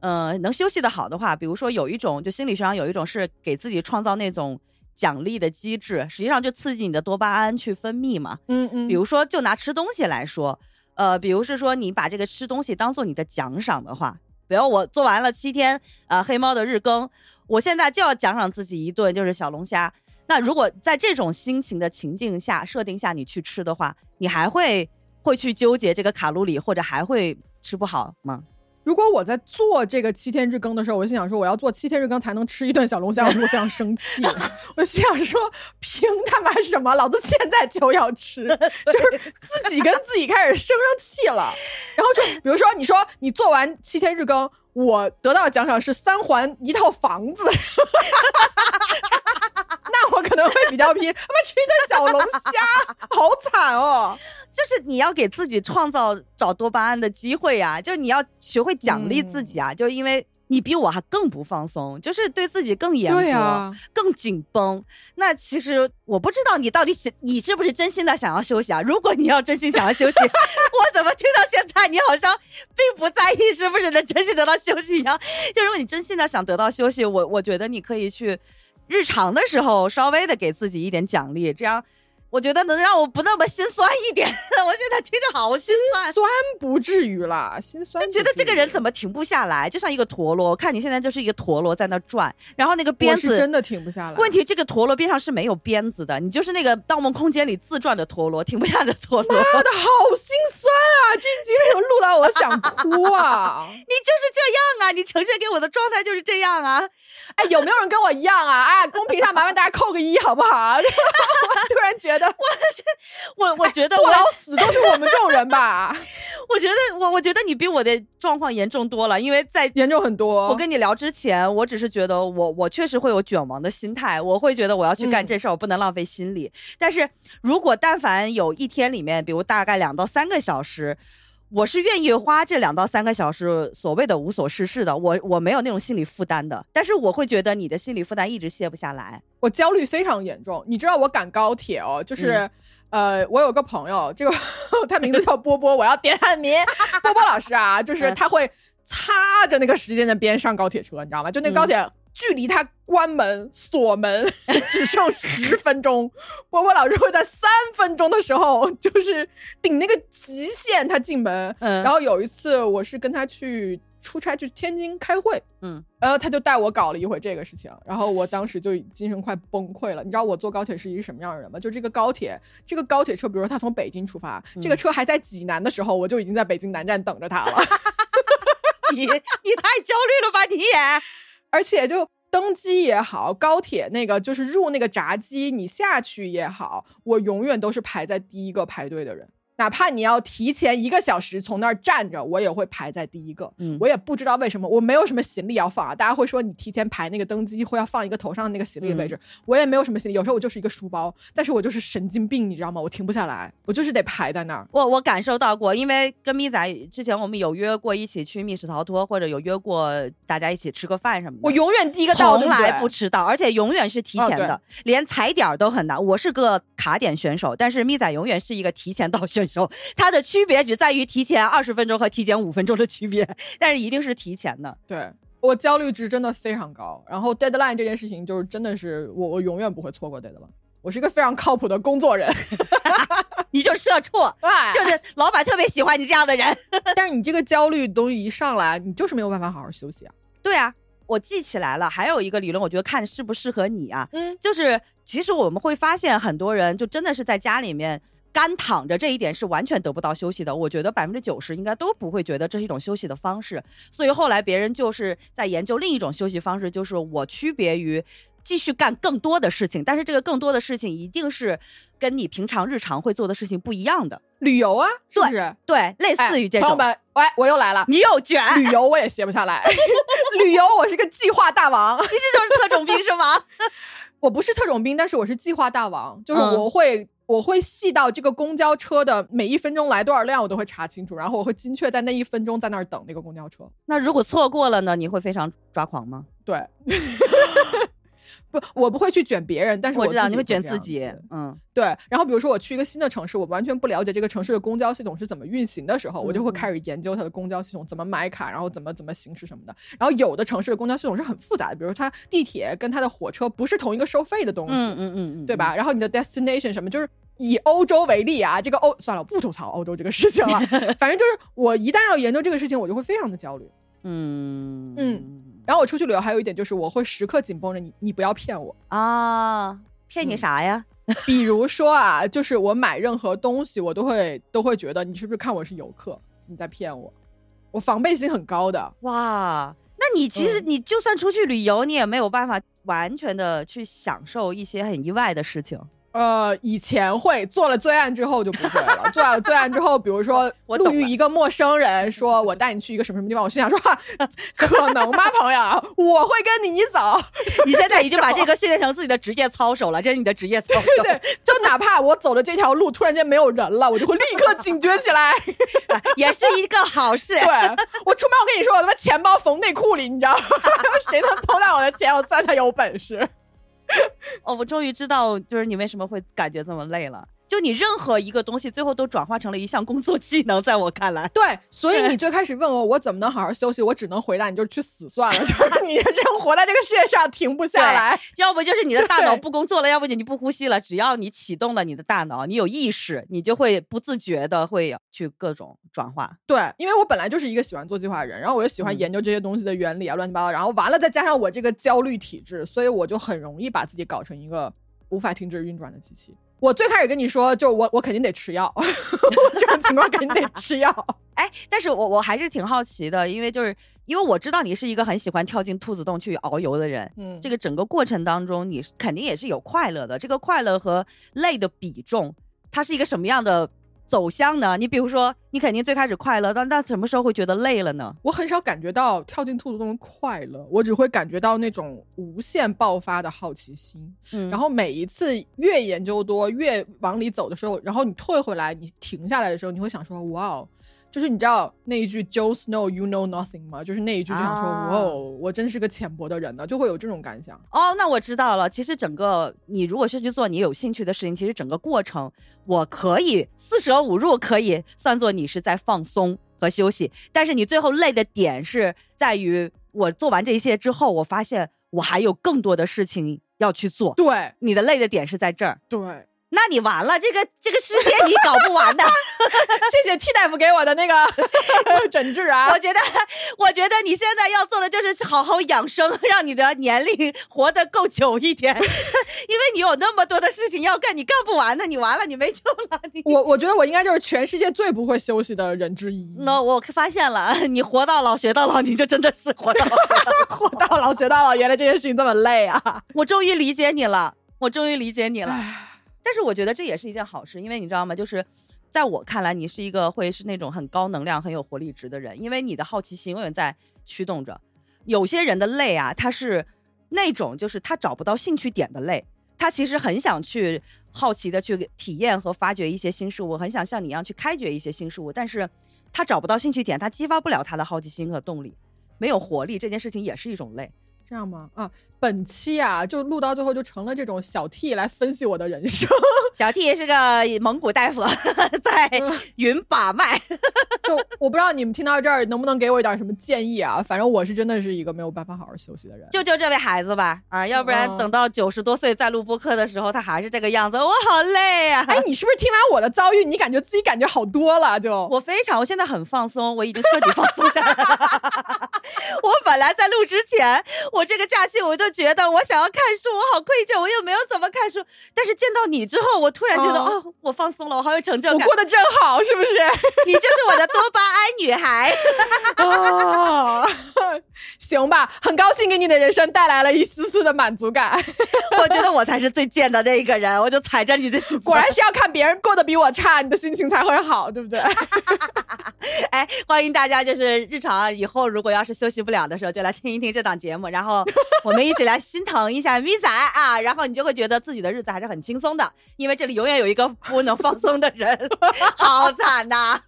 Speaker 2: 呃，能休息的好的话，比如说有一种，就心理学上有一种是给自己创造那种奖励的机制，实际上就刺激你的多巴胺去分泌嘛。
Speaker 1: 嗯嗯，
Speaker 2: 比如说，就拿吃东西来说，呃，比如是说你把这个吃东西当做你的奖赏的话，比如我做完了七天呃黑猫的日更，我现在就要奖赏自己一顿就是小龙虾。那如果在这种心情的情境下设定下你去吃的话，你还会会去纠结这个卡路里，或者还会吃不好吗？
Speaker 1: 如果我在做这个七天日更的时候，我心想说我要做七天日更才能吃一顿小龙虾，我就会非常生 气。我心想说，凭他妈什么？老子现在就要 吃，就是自己跟自己开始生上气了。然后就比如说，你说你做完七天日更，我得到的奖赏是三环一套房子。 那我可能会比较拼，他妈吃一顿小龙虾，好惨哦！
Speaker 2: 就是你要给自己创造找多巴胺的机会呀、就你要学会奖励
Speaker 1: 嗯
Speaker 2: 自己啊，就是因为你比我还更不放松，就是对自己更严格。
Speaker 1: 对啊，
Speaker 2: 更紧绷。那其实我不知道你到底想，你是不是真心的想要休息啊？如果你要真心想要休息， 我怎么听到现在你好像并不在意是不是能真心得到休息一样？就如果你真心的想得到休息，我我觉得你可以去日常的时候稍微的给自己一点奖励，这样我觉得能让我不那么心酸一点。 哦我现在听着好
Speaker 1: 心酸不至于啦，心酸
Speaker 2: 但
Speaker 1: 不至
Speaker 2: 觉
Speaker 1: 于。
Speaker 2: 得这个人怎么停不下来，就像一个陀螺。我看你现在就是一个陀螺在那转，然后那个鞭
Speaker 1: 我是
Speaker 2: 子
Speaker 1: 真的停不下来。
Speaker 2: 问题这个陀螺边上是没有鞭子的，你就是那个《盗梦空间》里自转的陀螺，停不下的陀螺。
Speaker 1: 妈的好心酸啊！这集为到我想哭啊！
Speaker 2: 你就是这样啊，你呈现给我的状态就是这样啊。
Speaker 1: 哎，有没有人跟我一样啊？哎，公屏上麻烦大家扣个一好不好？ 突然觉得
Speaker 2: 我我觉得我
Speaker 1: 坐牢死都是我们这种人吧，
Speaker 2: 我觉得我我觉得你比我的状况严重多了，因为在
Speaker 1: 严重很多。
Speaker 2: 我跟你聊之前，我只是觉得我我确实会有卷王的心态，我会觉得我要去干这事儿，我不能浪费心力。但是如果但凡有一天里面，比如大概两到三个小时，我是愿意花这两到三个小时所谓的无所事事的，我我没有那种心理负担的。但是我会觉得你的心理负担一直卸不下来。
Speaker 1: 我焦虑非常严重。你知道我赶高铁哦，就是、呃，我有个朋友，这个 他名字叫波波，我要点他的名。波波老师啊，就是
Speaker 2: 嗯
Speaker 1: 他会擦着那个时间的边上高铁车，你知道吗？就那个高铁。距离他关门锁门 只剩十分钟，波波老师会在三分钟的时候，就是顶那个极限，他进门。
Speaker 2: 嗯
Speaker 1: 然后有一次，我是跟他去出差去天津开会，
Speaker 2: 嗯，
Speaker 1: 然后他就带我搞了一回这个事情，然后我当时就精神快崩溃了。你知道我坐高铁是一个什么样的人吗？就这个高铁，这个高铁车，比如说他从北京出发，这
Speaker 2: 嗯
Speaker 1: 个车还在济南的时候，我就已经在北京南站等着他了，
Speaker 2: 你你太焦虑了吧，你也。
Speaker 1: 而且就。登机也好，高铁那个就是入那个闸机，你下去也好，我永远都是排在第一个排队的人。哪怕你要提前一个小时从那儿站着，我也会排在第一个。
Speaker 2: 嗯
Speaker 1: 我也不知道为什么，我没有什么行李要放啊。大家会说你提前排那个登机会要放一个头上那个行李的位置，我也没有什么行李，有时候我就是一个书包，但是我就是神经病，你知道吗？我停不下来，我就是得排在那儿。
Speaker 2: 我我感受到过，因为跟咪仔之前我们有约过一起去密室逃脱，或者有约过大家一起吃个饭什么的。
Speaker 1: 我永远第一个到，对
Speaker 2: 从来
Speaker 1: 对
Speaker 2: 不迟到，而且永远是提前的，
Speaker 1: 哦
Speaker 2: 连踩点儿都很难。我是个卡点选手，但是咪仔永远是一个提前到选手，它的区别只在于提前二十分钟和提前五分钟的区别，但是一定是提前的。
Speaker 1: 对。我焦虑值真的非常高，然后 deadline 这件事情就是真的是我我永远不会错过 deadline，我是一个非常靠谱的工作人，
Speaker 2: 你就社畜，
Speaker 1: 哎
Speaker 2: 就是老板特别喜欢你这样的人。
Speaker 1: 但是你这个焦虑东西一上来，你就是没有办法好好休息啊。
Speaker 2: 对啊，我记起来了，还有一个理论，我觉得看适不适合你啊。
Speaker 1: 嗯，
Speaker 2: 就是其实我们会发现，很多人就真的是在家里面干躺着，这一点是完全得不到休息的。我觉得百分之九十应该都不会觉得这是一种休息的方式。所以后来别人就是在研究另一种休息方式，就是我区别于。继续干更多的事情，但是这个更多的事情一定是跟你平常日常会做的事情不一样的，
Speaker 1: 旅游啊，是不是？
Speaker 2: 对，类
Speaker 1: 哎
Speaker 2: 似于这
Speaker 1: 朋友
Speaker 2: 种。嗯
Speaker 1: 们，喂，我又来了，
Speaker 2: 你又卷，你
Speaker 1: 旅游我也歇不下 来，旅游我是个计划大王。
Speaker 2: 这就是特种兵是吗？
Speaker 1: 我不是特种兵，但是我是计划大王，就是
Speaker 2: 嗯
Speaker 1: 我会、我会细到这个公交车的每一分钟来多少辆，我都会查清楚，然后我会精确在那一分钟在那儿等那个公交车。
Speaker 2: 那如果错过了呢？你会非常抓狂吗？
Speaker 1: 对， 不，我不会去卷别人，但是
Speaker 2: 我知道
Speaker 1: 自己
Speaker 2: 你会卷
Speaker 1: 这样
Speaker 2: 自己
Speaker 1: 子，
Speaker 2: 嗯，
Speaker 1: 对，然后比如说我去一个新的城市，我完全不了解这个城市的公交系统是怎么运行的时候，我就会
Speaker 2: 嗯嗯
Speaker 1: 开始研究它的公交系统怎么买卡，然后怎么怎么行驶什么的。然后有的城市的公交系统是很复杂的，比如它地铁跟它的火车不是同一个收费的东西，
Speaker 2: 嗯嗯嗯嗯，
Speaker 1: 对吧？然后你的 destination 什么，就是以欧洲为例啊，这个欧算了，我不吐槽欧洲这个事情 了。反正就是我一旦要研究这个事情，我就会非常的焦虑。
Speaker 2: 嗯
Speaker 1: 嗯然后我出去旅游还有一点就是，我会时刻紧绷着你，你不要骗我。
Speaker 2: 啊，骗你
Speaker 1: 嗯
Speaker 2: 啥呀？
Speaker 1: 比如说啊，就是我买任何东西，我都会都会觉得你是不是看我是游客，你在骗我，我防备心很高的。
Speaker 2: 哇，那你其实
Speaker 1: 嗯
Speaker 2: 你就算出去旅游，你也没有办法完全的去享受一些很意外的事情。
Speaker 1: 呃，以前会做了罪案之后就不会了。做了罪案之后，比如说
Speaker 2: 我
Speaker 1: 路
Speaker 2: 懂
Speaker 1: 遇
Speaker 2: 了
Speaker 1: 一个陌生人，说我带你去一个什么什么地方，我心想说，哈，可能吗，朋友？我会跟你走。
Speaker 2: 你现在已经把这个训练成自己的职业操守了，这是你的职业操守。
Speaker 1: 对，就哪怕我走的这条路突然间没有人了，我就会立刻警觉起来。
Speaker 2: 也是一个好事。
Speaker 1: 对我出门，我跟你说，我他妈钱包缝内裤里，你知道吗？ 谁能偷到我的钱，我算他有本事。
Speaker 2: 哦，我终于知道，就是你为什么会感觉这么累了。就你任何一个东西，最后都转化成了一项工作技能，在我看来。
Speaker 1: 对，所以
Speaker 2: 对
Speaker 1: 你最开始问我我怎么能好好休息，我只能回答你就是去死 算了，就是你人生活在这个世界上停不下
Speaker 2: 对
Speaker 1: 来。
Speaker 2: 要不就是你的大脑
Speaker 1: 对
Speaker 2: 不工作了，要不就你不呼吸了。只要你启动了你的大脑，你有意识，你就会不自觉的会去各种转化。
Speaker 1: 对，因为我本来就是一个喜欢做计划的人，然后我又喜欢
Speaker 2: 嗯
Speaker 1: 研究这些东西的原理啊，乱七八糟，然后完了再加上我这个焦虑体质，所以我就很容易把自己搞成一个无法停止运转的机器。 我最开始跟你说，就我我肯定得吃药，这种情况肯定得吃药。
Speaker 2: 哎，但是我我还是挺好奇的，因为就是因为我知道你是一个很喜欢跳进兔子洞去遨游的人，
Speaker 1: 嗯，
Speaker 2: 这
Speaker 1: 个
Speaker 2: 个整个过程当中，你肯定也是有快乐的。这个快乐和累的比重，它是一个什么样的走向呢？你比如说，你肯定最开始快乐，但但什么时候会觉得累了呢？
Speaker 1: 我很少感觉到跳进兔子洞的快乐，我只会感觉到那种无限爆发的好奇心。
Speaker 2: 嗯
Speaker 1: 然后每一次越研究多，越往里走的时候，然后你退回来，你停下来的时候，你会想说，哇哦。就是你知道那一句 “Joe Snow, you know nothing” 吗？就是那一句就想说，
Speaker 2: 啊
Speaker 1: 哇哦，我真是个浅薄的人呢，就会有这种感想。
Speaker 2: 哦，那我知道了。其实整个你如果是去做你有兴趣的事情，其实整个过程我可以四舍五入，可以算作你是在放松和休息。但是你最后累的点是在于，我做完这些之后，我发现我还有更多的事情要去做。
Speaker 1: 对
Speaker 2: 你的累的点是在这儿，
Speaker 1: 对，
Speaker 2: 那你完了，这个这个世界你搞不完的。
Speaker 1: 谢谢 T 大夫给我的那 个诊治啊
Speaker 2: 我，觉得，我觉得你现在要做的就是去好好养生，让你的年龄活得够久一点，因 为你有那么多的事情要干，你干不完的，你完了，你没救了。你
Speaker 1: 我我觉得我应该就是全世界最不会休息的人之一。
Speaker 2: 那我发现了，你活到老学到老，你就真的是活到老 学到老。
Speaker 1: 活到老学到老，原来这件事情这么累啊！
Speaker 2: 我终于理解你了，我终于理解你了。
Speaker 1: 唉
Speaker 2: 但是我觉得这也是一件好事，因为你知道吗？就是在我看来，你是一个会是那种很高能量、很有活力值的人，因为你的好奇心永远在驱动着。有些人的累啊，他是那种就是他找不到兴趣点的累，他其实很想去好奇的去体验和发掘一些新事物，很想像你一样去开掘一些新事物，但是他找不到兴趣点，他激发不了他的好奇心和动力，没有活力，这件事情也是一种累。
Speaker 1: 这样吗？啊，本期啊，就录到最后就成了这种小 T 来分析我的人 生，
Speaker 2: 小 T 是个蒙古大夫， 在云把脉。
Speaker 1: 就我不知道你们听到这儿能不能给我一点什么建议啊？反正我是真的是一个没有办法好好休息的人。
Speaker 2: 救救这位孩子吧！啊，要不然
Speaker 1: 嗯
Speaker 2: 等到九十多岁再录播客的时候，他还是这个样子，我好累啊呀、
Speaker 1: 哎，你是不是听完我的遭遇，你感觉自己感觉好多了？就
Speaker 2: 我非常，我现在很放松，我已经彻底放松下来了。 我本来在录之前，我这个假期我就觉得我想要看书，我好愧疚，我又没有怎么看书。但是见到你之后，我突然觉得，
Speaker 1: 嗯
Speaker 2: 哦，我放松了，我好有成就
Speaker 1: 我
Speaker 2: 感。
Speaker 1: 过得真好，是 不是？
Speaker 2: 你就是我的多巴胺 女孩。
Speaker 1: 啊， 行吧，很高兴给你的人生带来了一丝丝的满足感。
Speaker 2: 我觉得我才是最贱的那一个人，我就踩着你的 心。
Speaker 1: 果然是要看别人过得比我差，你的心情才会好，对不对？
Speaker 2: 哎，欢迎大家，就是日常以后如果要是休息不了的时候，就来听一听这档节目，然后我们一起来心疼一下咪仔啊，然后你就会觉得自己的日子还是很轻松的，因为这里永远有一个不能放松的人，好惨呐、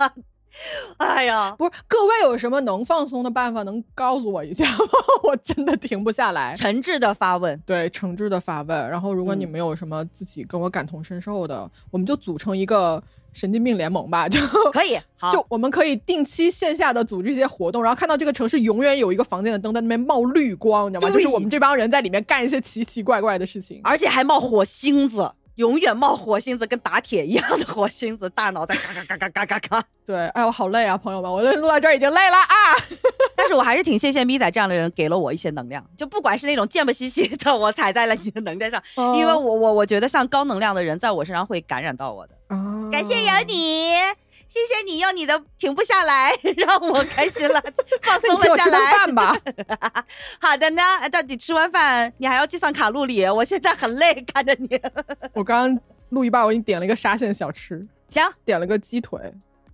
Speaker 2: 哎呀，
Speaker 1: 不是，各位有什么能放松的办法能告诉我一下吗？ 我真的停不下来。
Speaker 2: 诚挚的发问，
Speaker 1: 对，诚挚的发问。然后，如果你
Speaker 2: 嗯
Speaker 1: 们有什么自己跟我感同身受的，我们就组成一个神经病联盟吧，就。
Speaker 2: 可以，好，
Speaker 1: 就我们可以定期线下的组织一些活动，然后看到这个城市永远有一个房间的灯在那边冒绿光，你知道吗？
Speaker 2: 对
Speaker 1: 就是我们这帮人在里面干一些奇奇怪怪的事情。
Speaker 2: 而且还冒火星子。永远冒火星子，跟打铁一样的火星子，大脑在嘎嘎嘎嘎嘎嘎嘎。
Speaker 1: 对，哎，我好累啊，朋友们，我录到这儿已经累了啊。
Speaker 2: 但是我还是挺谢谢咪仔这样的人给了我一些能量，就不管是那种贱不兮兮的，我踩在了你的能量上，因为
Speaker 1: 哦
Speaker 2: 我我我觉得像高能量的人在我身上会感染到我的。
Speaker 1: 啊
Speaker 2: 感谢有你，谢谢你用你的停不下来 让我开心了， 放
Speaker 1: 那
Speaker 2: 松
Speaker 1: 你请
Speaker 2: 了
Speaker 1: 我
Speaker 2: 下
Speaker 1: 吃顿
Speaker 2: 来。
Speaker 1: 饭吧。
Speaker 2: 好的呢，呃到底吃完饭你还要计算卡路里，我现在很累，看着你。
Speaker 1: 我刚刚录一半，我已经点了一个沙县小吃，
Speaker 2: 行，
Speaker 1: 点了个鸡腿，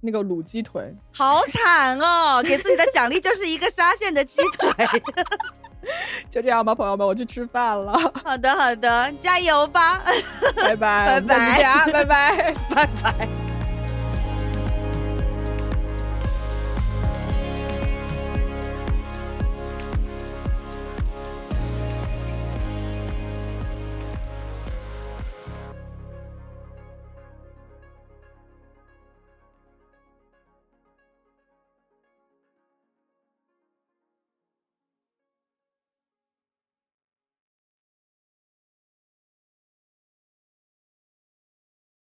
Speaker 1: 那个卤鸡腿。
Speaker 2: 好惨哦，给自己的奖励就是一个沙县的鸡腿。
Speaker 1: 就这样吧，朋友们，我去吃饭了，
Speaker 2: 好的好的，加油吧。
Speaker 1: 拜拜，我
Speaker 2: 拜
Speaker 1: 们下期见啊拜拜。
Speaker 2: 拜拜。